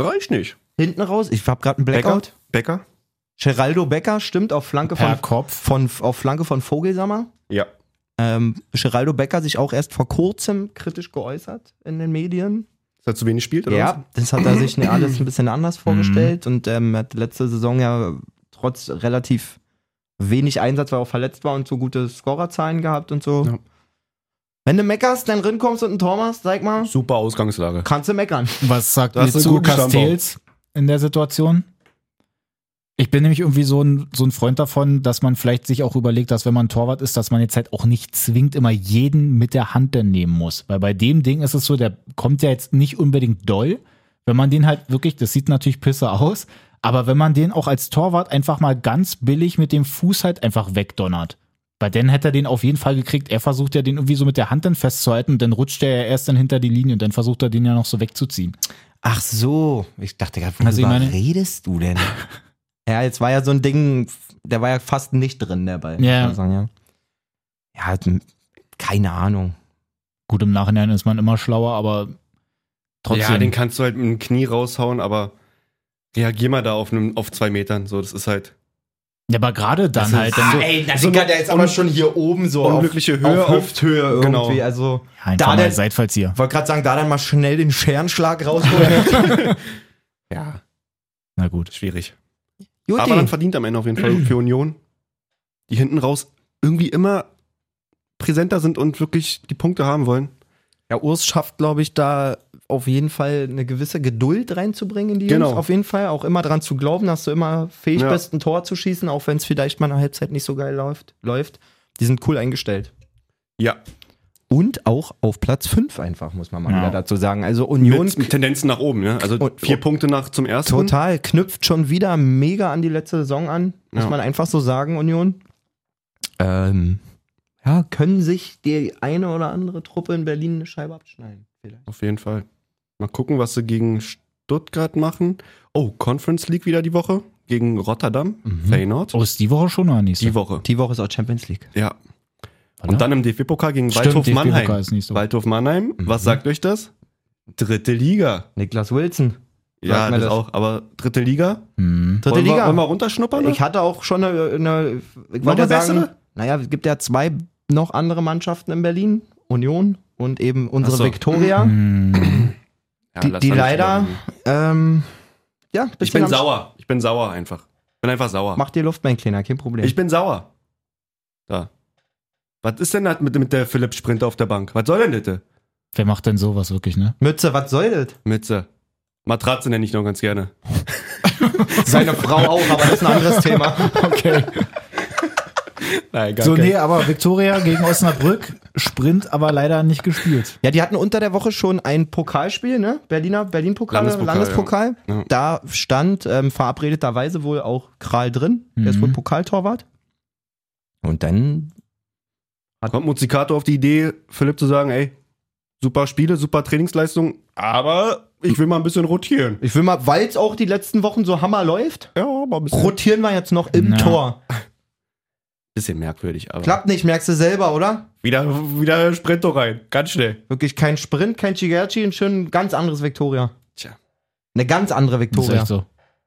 Reicht nicht. Hinten raus, ich habe gerade einen Blackout. Becker? Geraldo Becker stimmt auf Flanke Per von, Kopf. von, auf Flanke von Vogelsammer. Ja. Ähm, Geraldo Becker sich auch erst vor kurzem kritisch geäußert in den Medien. Ist er zu wenig spielt, oder? Ja, das hat er sich ne- alles ein bisschen anders vorgestellt und ähm, hat letzte Saison ja trotz relativ wenig Einsatz, weil er auch verletzt war und so gute Scorerzahlen gehabt und so. Ja. Wenn du meckerst, dann rinkommst und ein Tor machst, sag mal, was? Super Ausgangslage. kannst du meckern. Was sagt Das ihr ist ein zu guter Stammbau. Castells in der Situation? Ich bin nämlich irgendwie so ein, so ein Freund davon, dass man vielleicht sich auch überlegt, dass wenn man Torwart ist, dass man jetzt halt auch nicht zwingend immer jeden mit der Hand dann nehmen muss. Weil bei dem Ding ist es so, der kommt ja jetzt nicht unbedingt doll. Wenn man den halt wirklich, das sieht natürlich pisse aus, aber wenn man den auch als Torwart einfach mal ganz billig mit dem Fuß halt einfach wegdonnert. Weil dann hätte er den auf jeden Fall gekriegt. Er versucht ja den irgendwie so mit der Hand dann festzuhalten und dann rutscht er ja erst dann hinter die Linie und dann versucht er den ja noch so wegzuziehen. Ach so, ich dachte gerade, worüber Also ich meine- redest du denn? ja, jetzt war ja so ein Ding, der war ja fast nicht drin, der Ball. Ja. kann man sagen, ja. ja hat- keine Ahnung. Gut, im Nachhinein ist man immer schlauer, aber trotzdem. Ja, den kannst du halt mit dem Knie raushauen, aber reagier mal da auf, einem, auf zwei Metern. So, das ist halt Ja, aber gerade dann ist- halt. Dann so, Ah, ey, so eine der ist aber schon hier oben so unglückliche Höhe auf Hüfthöhe irgendwie. Genau. Also, einfach da mal denn- Seitfallzieher. Ich wollte gerade sagen, da dann mal schnell den Scherenschlag rausholen. ja, Na gut. schwierig. Juti. Aber dann verdient am Ende auf jeden Fall für Union, die hinten raus irgendwie immer präsenter sind und wirklich die Punkte haben wollen. ja, Urs schafft, glaube ich, da auf jeden Fall eine gewisse Geduld reinzubringen in die Genau. Jungs. Auf jeden Fall auch immer dran zu glauben, dass du immer fähig Ja. bist, ein Tor zu schießen, auch wenn es vielleicht mal in der Halbzeit nicht so geil läuft. läuft. Die sind cool eingestellt. Ja, Und auch auf Platz 5 einfach, muss man mal Ja. wieder dazu sagen. Also mit Union Tendenzen nach oben. Ne? Also Und- vier Punkte nach zum ersten. Total, knüpft schon wieder mega an die letzte Saison an, muss Ja. man einfach so sagen, Union. Ähm, ja, können sich die eine oder andere Truppe in Berlin eine Scheibe abschneiden. Vielleicht. Auf jeden Fall. Mal gucken, was sie gegen Stuttgart machen. Oh, Conference League wieder die Woche gegen Rotterdam, Feyenoord. Oh, ist die Woche schon oder nächste? Die Woche. Die Woche ist auch Champions League. Ja. Warte. Und dann im DFB-Pokal Mhm. gegen Stimmt, Waldhof DFB-Pokal Mannheim. ist nicht so. Waldhof Mannheim, was sagt euch das? Dritte Liga. Niklas Wilson. Ja, mir das, das. auch, aber dritte Liga? Hm. Dritte wollen Wir, Liga. wollen wir runterschnuppern? ich hatte auch schon eine. eine ich Noch wollte eine sagen, bessere? naja, es gibt ja zwei noch andere Mannschaften in Berlin: Union und eben unsere Ach so. Viktoria. Ja, Hm. Die, lass die mal nicht leider. überreden. Ähm, ja, bisschen Ich bin am- sauer. Ich bin sauer einfach. Ich bin einfach sauer. Mach dir Luft, mein Kleiner, kein Problem. Ich bin sauer. Da. Was ist denn das mit, mit der Philipp Sprinter auf der Bank? Was soll denn bitte? Wer macht denn sowas wirklich, ne? Mütze, was soll das? Mütze. Matratze nenne ich noch ganz gerne. Seine Frau auch, aber das ist ein anderes Thema. Okay. Nein, gar so, nee, aber Viktoria gegen Osnabrück, Sprint aber leider nicht gespielt. Ja, die hatten unter der Woche schon ein Pokalspiel, ne? Berliner, Berlin-Pokal, Landespokal, Landespokal. ja. Ja. Da stand ähm, verabredeterweise wohl auch Kral drin. Der ist wohl Mhm. Pokaltorwart. Und dann. Kommt Muzikato auf die Idee, Philipp zu sagen, ey, super Spiele, super Trainingsleistung, aber ich will mal ein bisschen rotieren. Ich will mal, weil es auch die letzten Wochen so Hammer läuft, Ja, aber ein bisschen, rotieren wir jetzt noch im Na. Tor. bisschen merkwürdig, aber. Klappt nicht, merkst du selber, oder? Wieder, wieder Sprinto rein, ganz schnell. Wirklich kein Sprint, kein Chigerchi, ein schön ganz anderes Viktoria. Tja. Eine ganz andere Ist Viktoria. echt so.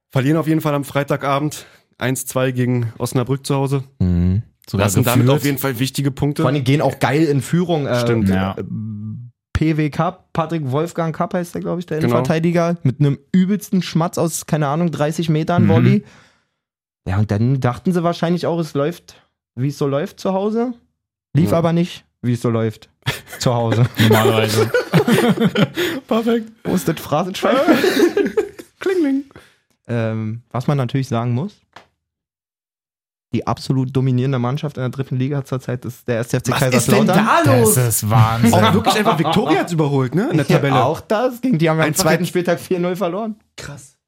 Verlieren auf jeden Fall am Freitagabend 1-2 gegen Osnabrück zu Hause. Mhm. Sogar Lassen damit gefühlt. auf jeden Fall wichtige Punkte. Vor allem gehen auch geil in Führung. Äh, Stimmt. Ja. PW Cup, Patrick Wolfgang Cup heißt der, glaube ich, der Genau. Innenverteidiger, mit einem übelsten Schmatz aus, keine Ahnung, 30 Metern Mhm. Volley. Ja, und dann dachten sie wahrscheinlich auch, es läuft, wie es so läuft zu Hause. Lief Ja. aber nicht, wie es so läuft zu Hause. Normalerweise. perfekt. Wo ist das Phrasenschwein? Klingling. ähm, was man natürlich sagen muss, die absolut dominierende Mannschaft in der dritten Liga zurzeit ist der SFC Kaiserslautern. Das ist Wahnsinn. Auch wirklich einfach Viktoria jetzt überholt, ne? In der Tabelle. Ja, auch das. Gegen die haben wir am Einfach zweiten jetzt- Spieltag 4-0 verloren. Krass.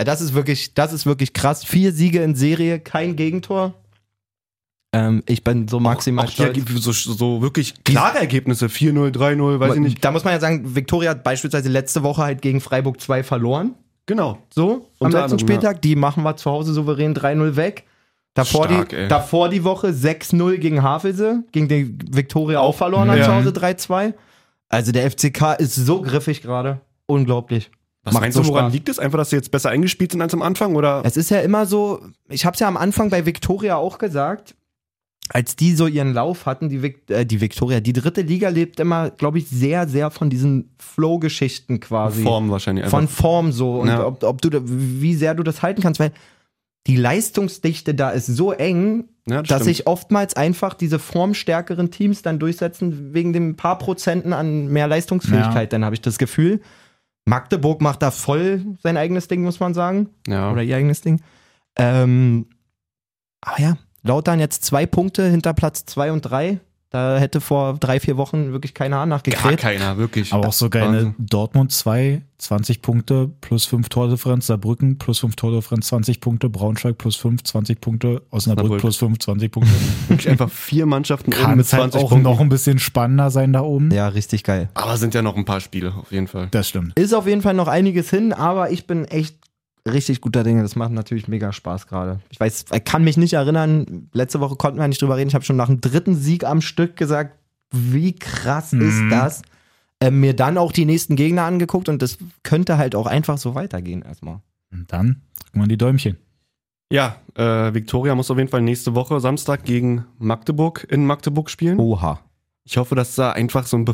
Ja, das ist wirklich, das ist wirklich krass. Vier Siege in Serie, kein Gegentor. Ähm, ich bin so maximal Auch hier stolz. gibt es so, so wirklich klare Ergebnisse. 4-0, 3-0, weiß ich nicht. Da muss man ja sagen, Viktoria hat beispielsweise letzte Woche halt gegen Freiburg 2 verloren. Genau. So, am Unter letzten anderem, Spieltag. Die machen wir zu Hause souverän 3-0 weg. Davor, Stark, die, ey. davor die Woche 6-0 gegen Havelse, gegen die Viktoria auch verloren hat Ja. Mhm. zu Hause 3-2. Also der FCK ist so griffig gerade. Unglaublich. Was meinst du, woran liegt es? Einfach, dass sie jetzt besser eingespielt sind als am Anfang? Oder Es ist ja immer so, ich habe es ja am Anfang bei Victoria auch gesagt, als die so ihren Lauf hatten, die, Vic, äh, die Victoria, die dritte Liga lebt immer, glaube ich, sehr, sehr von diesen Flow-Geschichten quasi. Form wahrscheinlich einfach. Von Form so. Und Ja. ob, ob du, da- wie sehr du das halten kannst, weil die Leistungsdichte da ist so eng, Ja, das dass stimmt. sich oftmals einfach diese formstärkeren Teams dann durchsetzen, wegen dem paar Prozenten an mehr Leistungsfähigkeit, dann habe ich das Gefühl. Magdeburg macht da voll sein eigenes Ding, muss man sagen ja. oder ihr eigenes Ding. Ähm, aber ja, Lautern jetzt zwei Punkte hinter Platz zwei und drei. Da hätte vor drei, vier Wochen wirklich keiner Hahn gar nachgekräht. keiner, wirklich. Aber auch so geil, Wahnsinn. Dortmund 2, 20 Punkte, plus 5 Tordifferenz, Saarbrücken plus 5 Tordifferenz, 20 Punkte, Braunschweig plus 5, 20 Punkte, Osnabrück Osnabrück. plus 5, 20 Punkte. Wirklich einfach vier Mannschaften oben Kann mit es halt 20 auch Punkten. noch ein bisschen spannender sein da oben. Ja, richtig geil. Aber sind ja noch ein paar Spiele, auf jeden Fall. Das stimmt. Ist auf jeden Fall noch einiges hin, aber ich bin echt richtig guter Dinge. Das macht natürlich mega Spaß gerade. Ich weiß, ich kann mich nicht erinnern, letzte Woche konnten wir nicht drüber reden. Ich habe schon nach dem dritten Sieg am Stück gesagt, wie krass ist Mhm. das? Ähm, mir dann auch die nächsten Gegner angeguckt und das könnte halt auch einfach so weitergehen erstmal. Und dann drücken wir die Däumchen. Ja, äh, Viktoria muss auf jeden Fall nächste Woche Samstag gegen Magdeburg in Magdeburg spielen. Oha. Ich hoffe, dass da einfach so ein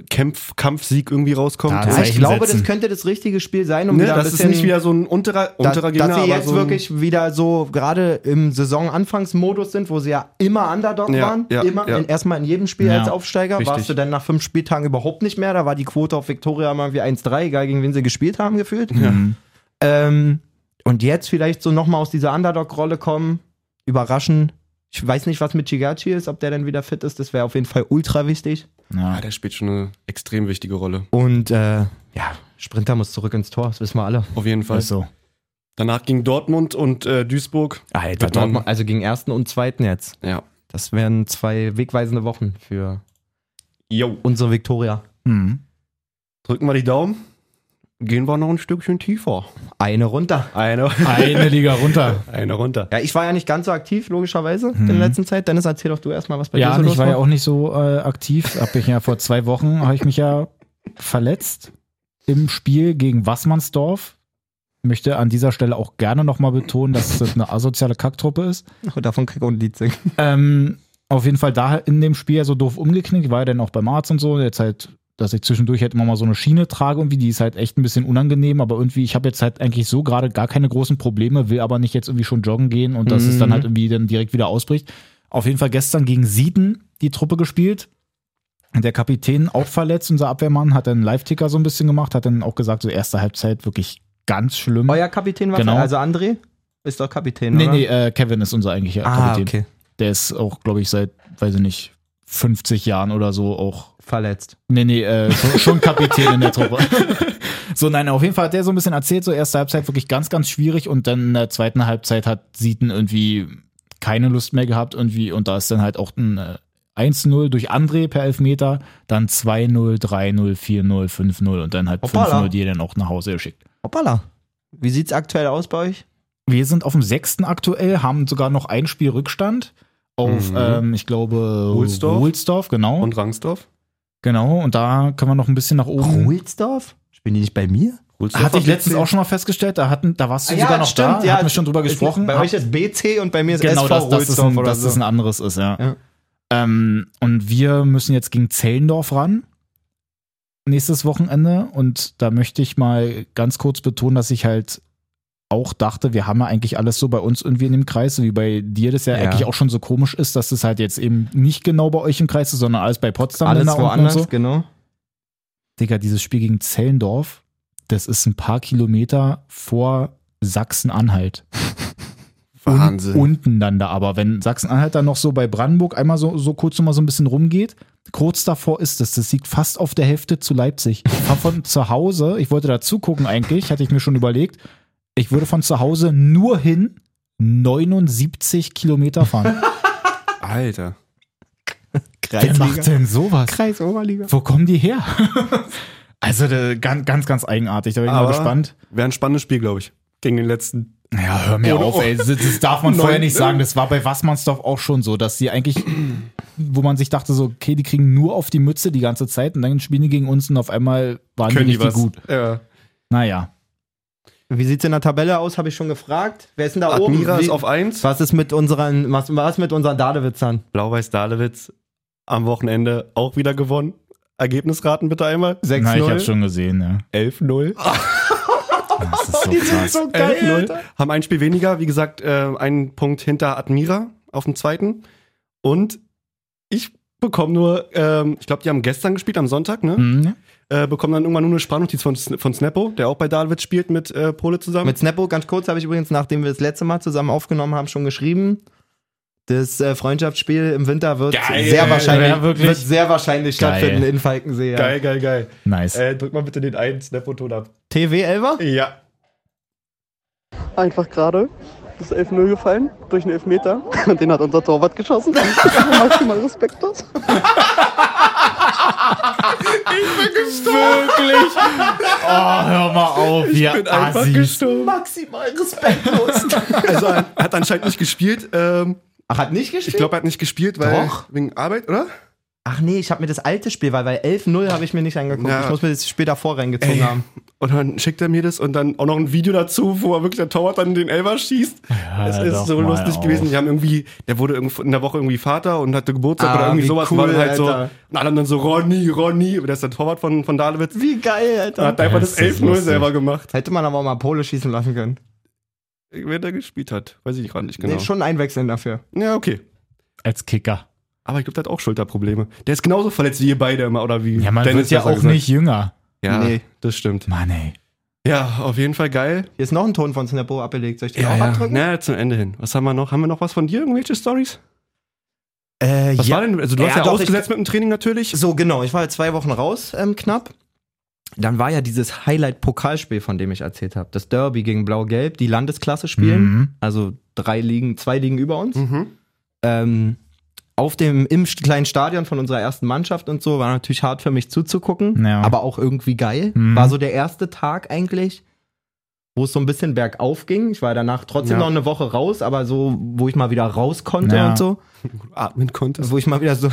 Befreiungskampf-Kampfsieg irgendwie rauskommt. Ja, Da ist Ja, ich Zeichen glaube, setzen. das könnte das richtige Spiel sein, um ne, wieder ein das ist bisschen, nicht wieder so ein unterer, dass, unterer Gegner, dass sie ne, aber jetzt so ein, wirklich wieder so gerade im Saisonanfangsmodus sind, wo sie ja immer Underdog Ja, waren, ja, immer ja. in, erstmal in jedem Spiel Ja, als Aufsteiger. richtig. Warst du dann nach fünf Spieltagen überhaupt nicht mehr? Da war die Quote auf Viktoria mal wie 1-3, egal gegen wen sie gespielt haben gefühlt. Mhm. Ähm, und jetzt vielleicht so nochmal aus dieser Underdog-Rolle kommen, überraschen. Ich weiß nicht, was mit Chigachi ist, ob der dann wieder fit ist. Das wäre auf jeden Fall ultra wichtig. Ah, Ja. der spielt schon eine extrem wichtige Rolle. Und äh, ja, Sprinter muss zurück ins Tor, das wissen wir alle. Auf jeden Fall. Ist so. Danach gegen Dortmund und äh, Duisburg. Alter, Wird man- Dortmund, also gegen ersten und zweiten jetzt. Ja. Das wären zwei wegweisende Wochen für Jo. unsere Viktoria. Mhm. Drücken wir die Daumen. Gehen wir noch ein Stückchen tiefer. Eine runter. Eine, Eine Liga runter. eine runter. Ja, ich war ja nicht ganz so aktiv, logischerweise, in Mhm. der letzten Zeit. Dennis, erzähl doch du erstmal, was bei ja, dir und so ich los war war. ja auch nicht so äh, aktiv. Hab ich ja vor zwei Wochen habe ich mich ja verletzt im Spiel gegen Wassmannsdorf. Möchte an dieser Stelle auch gerne nochmal betonen, dass das eine asoziale Kacktruppe ist. Oh, Davon krieg ich auch ein Lied singen. Ähm, auf jeden Fall da in dem Spiel ja so doof umgeknickt, war ja dann auch beim Arzt und so. Jetzt halt, dass ich zwischendurch halt immer mal so eine Schiene trage irgendwie, die ist halt echt ein bisschen unangenehm, aber irgendwie, ich habe jetzt halt eigentlich so gerade gar keine großen Probleme, will aber nicht jetzt irgendwie schon joggen gehen und dass es dann Mhm. halt irgendwie dann direkt wieder ausbricht. Auf jeden Fall gestern gegen Sieden die Truppe gespielt. Der Kapitän auch verletzt, unser Abwehrmann, hat dann einen Live-Ticker so ein bisschen gemacht, hat dann auch gesagt, so erste Halbzeit wirklich ganz schlimm. Euer Kapitän war Genau. also André ist doch Kapitän, nee, Oh oder? nee, äh, Kevin ist unser eigentlicher Ah, Kapitän. okay. Der ist auch, glaube ich, seit, weiß ich nicht, 50 Jahren oder so auch. Verletzt. Nee, nee, äh, schon, schon Kapitän in der Truppe. so, nein, auf jeden Fall hat der so ein bisschen erzählt, so erste Halbzeit wirklich ganz, ganz schwierig und dann in der zweiten Halbzeit hat Sieten irgendwie keine Lust mehr gehabt irgendwie und da ist dann halt auch ein äh, 1-0 durch André per Elfmeter, dann 2-0, 3-0, 4-0, 5-0 und dann halt Hoppala. 5-0, die er dann auch nach Hause geschickt. Hoppala. Wie sieht's aktuell aus bei euch? Wir sind auf dem sechsten aktuell, haben sogar noch ein Spiel Rückstand auf, Mhm. ähm, ich glaube, Ohlsdorf. Ohlsdorf, genau. Und Rangsdorf? genau, und da können wir noch ein bisschen nach oben. Ruhlsdorf? Spielen die nicht bei mir? Holst Hatte ich letztens auch schon mal festgestellt, da, hatten, da warst du sogar noch da, hatten wir schon drüber Ist- gesprochen. Bei Hab- euch ist BC und bei mir ist genau, SV dass, dass, es Ruhlsdorf ein, oder dass so. es ein anderes ist, ja. Ja. Ähm, und wir müssen jetzt gegen Zellendorf ran. Nächstes Wochenende. Und da möchte ich mal ganz kurz betonen, dass ich halt auch dachte, wir haben ja eigentlich alles so bei uns irgendwie in dem Kreis, so wie bei dir das ja, Ja. eigentlich auch schon so komisch ist, dass es halt jetzt eben nicht genau bei euch im Kreis ist, sondern alles bei Potsdam. Alles da unten woanders, Und so. genau. Digga, dieses Spiel gegen Zellendorf, das ist ein paar Kilometer vor Sachsen-Anhalt. Wahnsinn. Un unten dann da aber. Wenn Sachsen-Anhalt dann noch so bei Brandenburg einmal so, so kurz nochmal so ein bisschen rumgeht, kurz davor ist es. Das liegt fast auf der Hälfte zu Leipzig. Ich fahr von zu Hause, ich wollte da zugucken eigentlich, hatte ich mir schon überlegt. Ich würde von zu Hause nur hin 79 Kilometer fahren. Alter. Wer macht denn sowas? Kreis oh, Oberliga. Wo kommen die her? Also da, ganz, ganz, ganz eigenartig. Da bin ich mal Aber- gespannt. Wäre ein spannendes Spiel, glaube ich. Gegen den letzten. Ja, hör mir Ohne- auf, ey. Das, das darf man Neun- vorher nicht sagen. Das war bei Wassmannsdorf auch schon so, dass sie eigentlich, wo man sich dachte, so, okay, die kriegen nur auf die Mütze die ganze Zeit und dann spielen die gegen uns und auf einmal waren die richtig gut. Ja. Naja. Wie sieht's in der Tabelle aus, habe ich schon gefragt. Wer ist denn da oben? Admira Wie- ist auf 1. was ist mit unseren, was, was mit unseren Dadewitzern? Blau-Weiß Dahlewitz am Wochenende auch wieder gewonnen. Ergebnisraten bitte einmal. Na, ich hab's schon gesehen, ja. 11-0. Das ist so krass. So 11-0. Haben ein Spiel weniger, wie gesagt, äh, einen Punkt hinter Admira auf dem zweiten. Und ich bekomme nur, ähm, ich glaube, die haben gestern gespielt, am Sonntag, ne? Hm? Äh, bekommen dann irgendwann nur eine Sprachnotiz von, Sn- von Snappo, der auch bei Dahlewitz spielt mit äh, Pole zusammen. Mit Snappo, ganz kurz, habe ich übrigens, nachdem wir das letzte Mal zusammen aufgenommen haben, schon geschrieben. Das äh, Freundschaftsspiel im Winter wird Geil. sehr wahrscheinlich, Ja, wirklich. wird sehr wahrscheinlich Geil. stattfinden in Falkensee. Ja. Geil, geil, geil. Nice. Äh, drück mal bitte den einen Snappo-Ton ab. TW 11 Ja. einfach gerade. Das 11-0 gefallen durch einen Elfmeter. Und den hat unser Torwart geschossen. Maximal respektlos. Wirklich? Oh, hör mal auf, Ich ihr bin einfach Assis. gestorben. Maximal respektlos. Also er hat anscheinend nicht gespielt. Ähm, Ach, hat nicht gespielt? ich glaube, er hat nicht gespielt, weil Doch. wegen Arbeit, oder? Ach nee, ich habe mir das alte Spiel, weil bei 11-0 habe ich mir nicht angeguckt. Ja. Ich muss mir das Spiel davor reingezogen Ey. haben. Und dann schickt er mir das und dann auch noch ein Video dazu, wo er wirklich der Torwart dann den Elber schießt. Hör es ist doch so mal lustig auf. gewesen. Die haben irgendwie, der wurde irgendwo in der Woche irgendwie Vater und hatte Geburtstag Ah, oder irgendwie wie sowas. cool, und war dann halt Alter. so, und alle haben dann so Ronny, Ronny, und der ist der Torwart von, von Dalewitz. Wie geil, Und Alter. hat einfach Das das ist 11-0 lustig. selber gemacht. Hätte man aber auch mal Pole schießen lassen können. Wer da gespielt hat, weiß ich gerade nicht genau. Nee, schon einwechseln dafür. ja, okay. Als Kicker. Aber ich glaube, der hat auch Schulterprobleme. Der ist genauso verletzt wie ihr beide immer, oder wie Ja, man wird ja besser auch gesagt. nicht jünger. Ja, Nee. das stimmt. Mann, ey. Ja, auf jeden Fall geil. Hier ist noch ein Ton von Snappo abgelegt. Soll ich den auch abdrücken? Na, zum Ende hin. Was haben wir noch? Haben wir noch was von dir, irgendwelche Stories? Äh, Was war denn? Also du Ja, hast ja doch, ausgesetzt mit dem Training natürlich. So, genau. Ich war jetzt zwei Wochen raus, ähm, knapp. Dann war ja dieses Highlight-Pokalspiel, von dem ich erzählt habe. Das Derby gegen Blau-Gelb, die Landesklasse Hm? spielen. Mhm. Also drei Ligen, zwei Ligen über uns. Mhm. Ähm, auf dem im st- kleinen Stadion von unserer ersten Mannschaft und so war natürlich hart für mich zuzugucken, Ja. aber auch irgendwie geil. Mhm. War so der erste Tag eigentlich, wo es so ein bisschen bergauf ging. Ich war danach Ja. trotzdem noch eine Woche raus, aber so, wo ich mal wieder raus konnte Ja. und so Atmen konntest. wo ich mal wieder so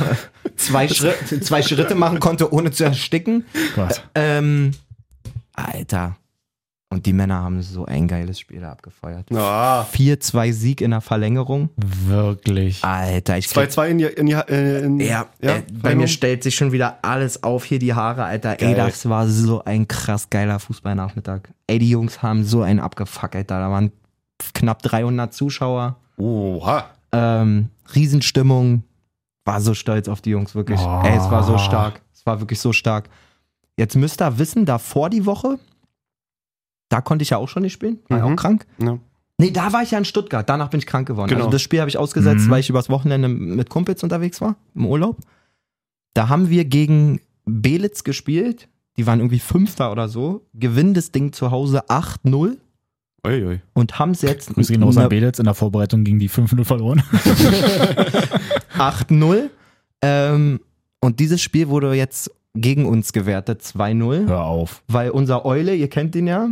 zwei, Schritt, zwei Schritte machen konnte, ohne zu ersticken. Gott. Ähm, Alter. Und die Männer haben so ein geiles Spiel da abgefeuert. Ja. 4-2 Sieg in der Verlängerung. Wirklich. Alter, ich krieg, 2-2 in die. In die äh, in, ja, äh, bei mir stellt sich schon wieder alles auf, hier die Haare, Alter. Ey, Geil. das war so ein krass geiler Fußballnachmittag. Ey, die Jungs haben so einen abgefuckt, Alter. Da waren knapp 300 Zuschauer. Oha. Ähm, Riesenstimmung. War so stolz auf die Jungs, wirklich. Oh. Ey, es war so stark. Es war wirklich so stark. Jetzt müsst ihr wissen, da vor die Woche, da konnte ich ja auch schon nicht spielen. War ja Mhm. auch krank. Ja. Nee, da war ich ja in Stuttgart. Danach bin ich krank geworden. Genau. Also das Spiel habe ich ausgesetzt, Mhm. weil ich übers Wochenende mit Kumpels unterwegs war, im Urlaub. Da haben wir gegen Belitz gespielt. Die waren irgendwie Fünfter oder so. Gewinnen das Ding zu Hause 8-0 Uiui. und haben es jetzt Grüße gehen raus an ne- Belitz. In der Vorbereitung gegen die 5-0 verloren. Hm. 8-0. Ähm, und dieses Spiel wurde jetzt gegen uns gewertet, 2-0, Hör auf. weil unser Eule, ihr kennt ihn ja,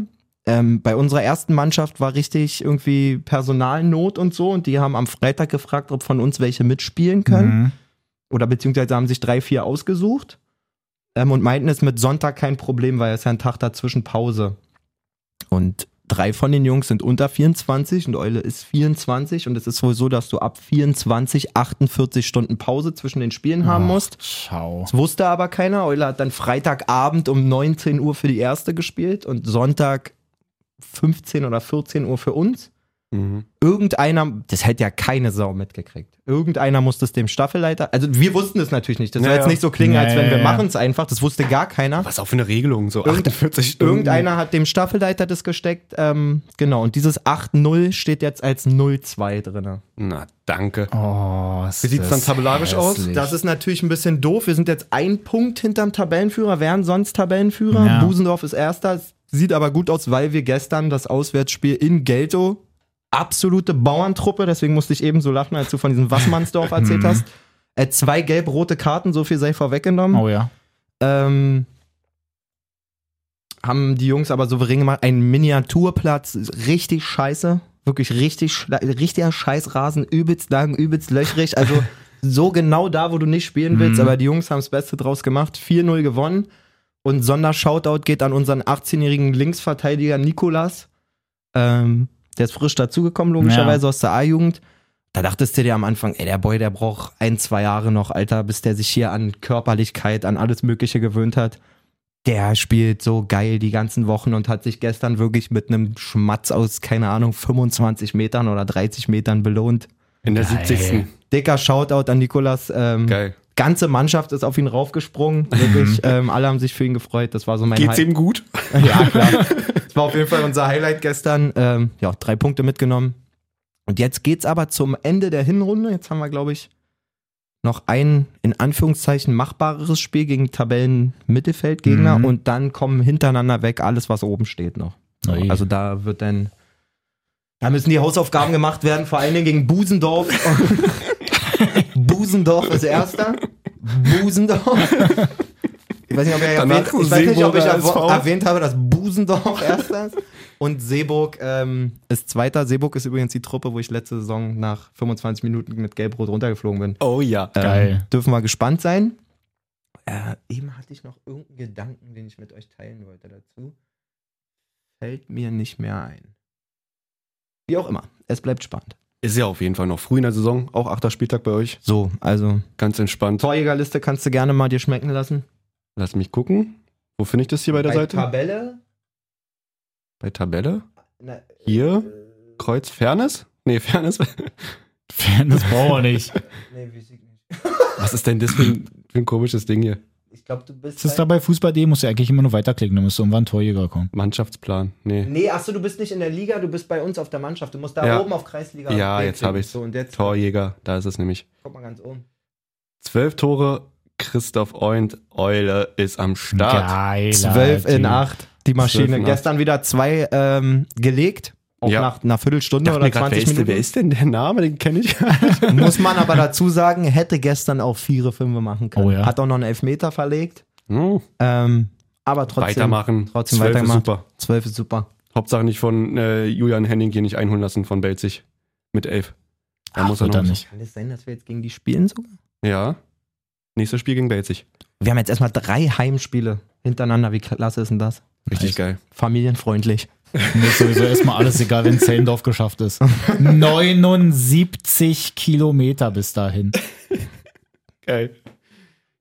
ähm, bei unserer ersten Mannschaft war richtig irgendwie Personalnot und so und die haben am Freitag gefragt, ob von uns welche mitspielen können Mhm. oder beziehungsweise haben sich drei, vier ausgesucht ähm, und meinten es ist mit Sonntag kein Problem, weil es ja ein Tag dazwischen Pause. Und drei von den Jungs sind unter 24 und Eule ist 24 und es ist wohl so, dass du ab 24 48 Stunden Pause zwischen den Spielen haben Ach, musst. Schau. Das wusste aber keiner. Eule hat dann Freitagabend um 19 Uhr für die erste gespielt und Sonntag 15 oder 14 Uhr für uns Mhm. irgendeiner, das hätte ja keine Sau mitgekriegt. Irgendeiner musste es dem Staffelleiter, also wir wussten es natürlich nicht. Das soll Ja, jetzt ja. nicht so klingen, als Ja, wenn ja, wir ja. machen es einfach. Das wusste gar keiner. Was auch für eine Regelung, so 48 Stunden. Irgendeiner hat dem Staffelleiter das gesteckt. Ähm, genau, und dieses 8-0 steht jetzt als 0-2 drin. Na, danke. Oh, Wie sieht's dann tabellarisch aus? Das ist natürlich ein bisschen doof. Wir sind jetzt ein Punkt hinterm Tabellenführer, wären sonst Tabellenführer. Ja. Busendorf ist erster. Es Sieht aber gut aus, weil wir gestern das Auswärtsspiel in Gelto, absolute Bauerntruppe, deswegen musste ich eben so lachen, als du von diesem Wassmannsdorf erzählt Mhm. hast. Äh, zwei gelb-rote Karten, so viel sei vorweggenommen. Oh ja. Ähm, haben die Jungs aber souverän gemacht. Ein Miniaturplatz, richtig scheiße. Wirklich richtig, schla- richtiger Scheißrasen, übelst lang, übelst löchrig. Also so genau da, wo du nicht spielen willst. Aber die Jungs haben das Beste draus gemacht. 4-0 gewonnen. Und Sondershoutout geht an unseren 18-jährigen Linksverteidiger Nikolas. Ähm, der ist frisch dazugekommen, logischerweise aus der A-Jugend. Da dachtest du dir am Anfang, ey, der Boy, der braucht ein, zwei Jahre noch, Alter, bis der sich hier an Körperlichkeit, an alles Mögliche gewöhnt hat. Der spielt so geil die ganzen Wochen und hat sich gestern wirklich mit einem Schmatz aus, keine Ahnung, 25 Metern oder 30 Metern belohnt. In der 70. Dicker Shoutout an Nikolas. Ähm, Geil. Ganze Mannschaft ist auf ihn raufgesprungen. Wirklich, ähm, alle haben sich für ihn gefreut. Das war so mein Geht's Hi- ihm gut? ja, klar. Das war auf jeden Fall unser Highlight gestern. Ähm, ja, drei Punkte mitgenommen. Und jetzt geht's aber zum Ende der Hinrunde. Jetzt haben wir, glaube ich, noch ein in Anführungszeichen machbareres Spiel gegen Tabellen-Mittelfeldgegner Mhm. und dann kommen hintereinander weg alles, was oben steht noch. Ui. Also da wird dann. Da müssen die Hausaufgaben gemacht werden, vor allen Dingen gegen Busendorf. Busendorf ist erster. Busendorf. Ich weiß nicht, ob, er Danach erwähnt, ich weiß nicht, ob ich Seeburger erwo- SV. erwähnt habe, dass Busendorf erster ist. Und Seeburg ähm, ist zweiter. Seeburg ist übrigens die Truppe, wo ich letzte Saison nach 25 Minuten mit Gelb-Rot runtergeflogen bin. Oh ja. Geil. Ähm, Dürfen wir gespannt sein. Äh, eben hatte ich noch irgendeinen Gedanken, den ich mit euch teilen wollte dazu. Fällt mir nicht mehr ein. Wie auch immer, es bleibt spannend. Ist ja auf jeden Fall noch früh in der Saison. Auch achter Spieltag bei euch. So, also Ganz entspannt. Torjägerliste kannst du gerne mal dir schmecken lassen. Lass mich gucken. Wo finde ich das hier bei der Seite? Tabelle? bei Tabelle. Hier. äh, Kreuz Fairness? Nee, Fairness. Das brauchen wir nicht. Nee, weiß ich nicht. Was ist denn das für ein, für ein komisches Ding hier? Ich glaube, du bist. Ist das da bei Fußball.de? Musst du eigentlich immer nur weiterklicken, dann müsste irgendwann ein Torjäger kommen. Mannschaftsplan. Nee. Nee, achso, du bist nicht in der Liga, du bist bei uns auf der Mannschaft. Du musst da Ja. oben auf Kreisliga. Ja, klicken. jetzt hab ich's. So, und jetzt Torjäger, da ist es nämlich. guck mal ganz oben. Zwölf Tore, Christoph Eunt, Eule ist am Start. Geil. 12 in 8, die Maschine. 12 in acht. Gestern wieder zwei ähm, gelegt. Auch Ja. nach einer Viertelstunde Dachte oder mir grad, wer, 20 ist denn, wer Minuten. ist denn der Name? Den kenne ich. Muss man aber dazu sagen, hätte gestern auch vier Fünfe machen können. Oh ja. Hat auch noch einen Elfmeter verlegt. Hm, Ähm, aber trotzdem. weitermachen. Trotzdem Zwölf weitermachen. Ist super. 12 ist super. Hauptsache nicht von äh, Julian Henning hier nicht einholen lassen von Belzig. Mit elf. Da muss er wird noch. er nicht. Kann es sein, dass wir jetzt gegen die spielen sogar? Ja. Nächstes Spiel gegen Belzig. Wir haben jetzt erstmal drei Heimspiele hintereinander. Wie klasse ist denn das? Richtig Nice. geil. Familienfreundlich. Mir ist sowieso erstmal alles egal, wenn Zellendorf geschafft ist. 79 Kilometer bis dahin. Geil.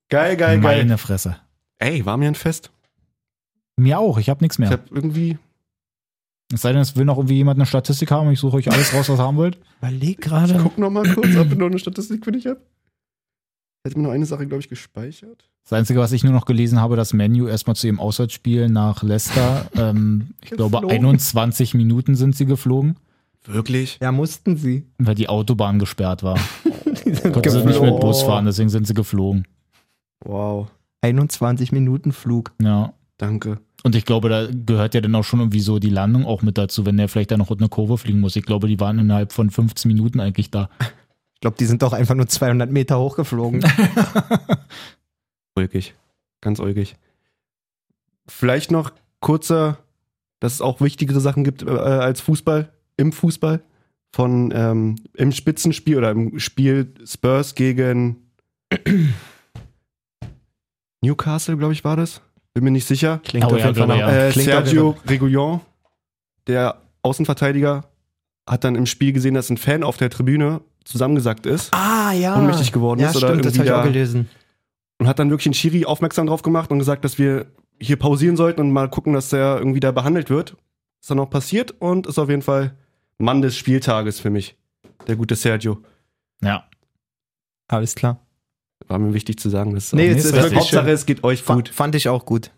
Geil, geil, geil. Meine Fresse. Ey, war mir ein Fest. Mir auch, ich habe nichts Ich mehr. hab irgendwie. Es sei denn, es will noch irgendwie jemand eine Statistik haben und ich suche euch alles raus, was ihr haben wollt. Überleg Ich gerade. guck noch mal kurz, ob ich noch eine Statistik für dich hab. Ich hätte mir noch eine Sache, glaube ich, gespeichert. Das Einzige, was ich nur noch gelesen habe, dass Menu erstmal zu ihrem Auswärtsspiel nach Leicester, ähm, ich glaube, Geflogen. 21 Minuten sind sie geflogen, Wirklich? Ja, mussten sie. weil die Autobahn gesperrt war. Die sind Konnten sie nicht mit geflogen. Bus fahren, deswegen sind sie geflogen. Wow. 21 Minuten Flug. Ja. Danke. Und ich glaube, da gehört ja dann auch schon irgendwie so die Landung auch mit dazu, wenn der vielleicht dann noch eine Kurve fliegen muss. Ich glaube, die waren innerhalb von 15 Minuten eigentlich da. Ich glaube, die sind doch einfach nur 200 Meter hochgeflogen. Ulkig. Ganz ulkig. Vielleicht noch kurzer, dass es auch wichtigere Sachen gibt äh, als Fußball, im Fußball. Von ähm, im Spitzenspiel oder im Spiel Spurs gegen Newcastle, glaube ich, war das. Bin mir nicht sicher. Klingt Oh ja, glaube nach- ich, Äh, genau, klingt auf jeden Sergio Fall- Regulon, der Außenverteidiger, hat dann im Spiel gesehen, dass ein Fan auf der Tribüne zusammengesackt ist Ah, ja. ohnmächtig geworden ja, ist oder stimmt, das habe irgendwie ich auch da- gelesen. und hat dann wirklich den Schiri aufmerksam drauf gemacht und gesagt, dass wir hier pausieren sollten und mal gucken, dass der irgendwie da behandelt wird. Ist dann auch passiert und ist auf jeden Fall Mann des Spieltages für mich. Der gute Sergio. Ja. Alles klar. War mir wichtig zu sagen. Das ist Nee, auch- es ist ist wirklich Hauptsache, schön. es geht euch Fa- gut. Fand ich auch gut.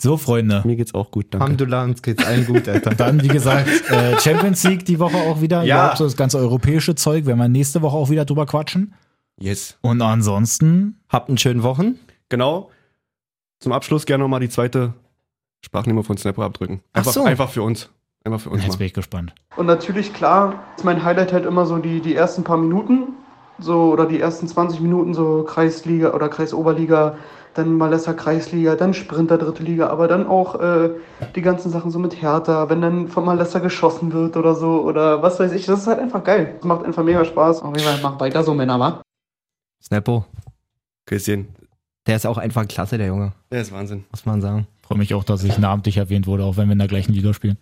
So, Freunde. Mir geht's auch gut, danke. Alhamdulillah, uns geht's allen gut, Alter. Dann, wie gesagt, äh, Champions League die Woche auch wieder. Ja. Überhaupt so das ganze europäische Zeug. Werden wir nächste Woche auch wieder drüber quatschen. Yes. Und ansonsten Habt einen schönen Wochen. Genau. Zum Abschluss gerne nochmal die zweite Sprachnehmer von Snapper abdrücken. Ach Einfach, so. einfach für uns. Einfach für uns Jetzt mal. bin ich gespannt. Und natürlich, klar, ist mein Highlight halt immer so die, die ersten paar Minuten, so oder die ersten 20 Minuten, so Kreisliga oder Kreisoberliga, dann Malessa Kreisliga, dann Sprinter Dritte Liga, aber dann auch äh, die ganzen Sachen so mit Hertha, wenn dann von Malessa geschossen wird oder so oder was weiß ich. Das ist halt einfach geil. Das macht einfach mega Spaß. Auf jeden Fall machen weiter so Männer, wa? Snappo. Christian. Der ist auch einfach klasse, der Junge, Der ist Wahnsinn. muss man sagen. Freue mich auch, dass ich namentlich erwähnt wurde, auch wenn wir in der gleichen Liga spielen.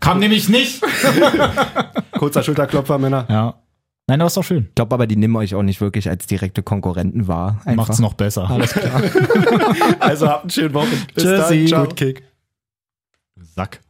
Kam nämlich nicht. Kurzer Schulterklopfer, Männer. Ja. Nein, aber ist doch schön. Ich glaube aber, die nehmen euch auch nicht wirklich als direkte Konkurrenten wahr. Einfach. Macht's noch besser. Also habt einen schönen Wochen. Bis Tschüssi. dann. Ciao. Kick. Sack.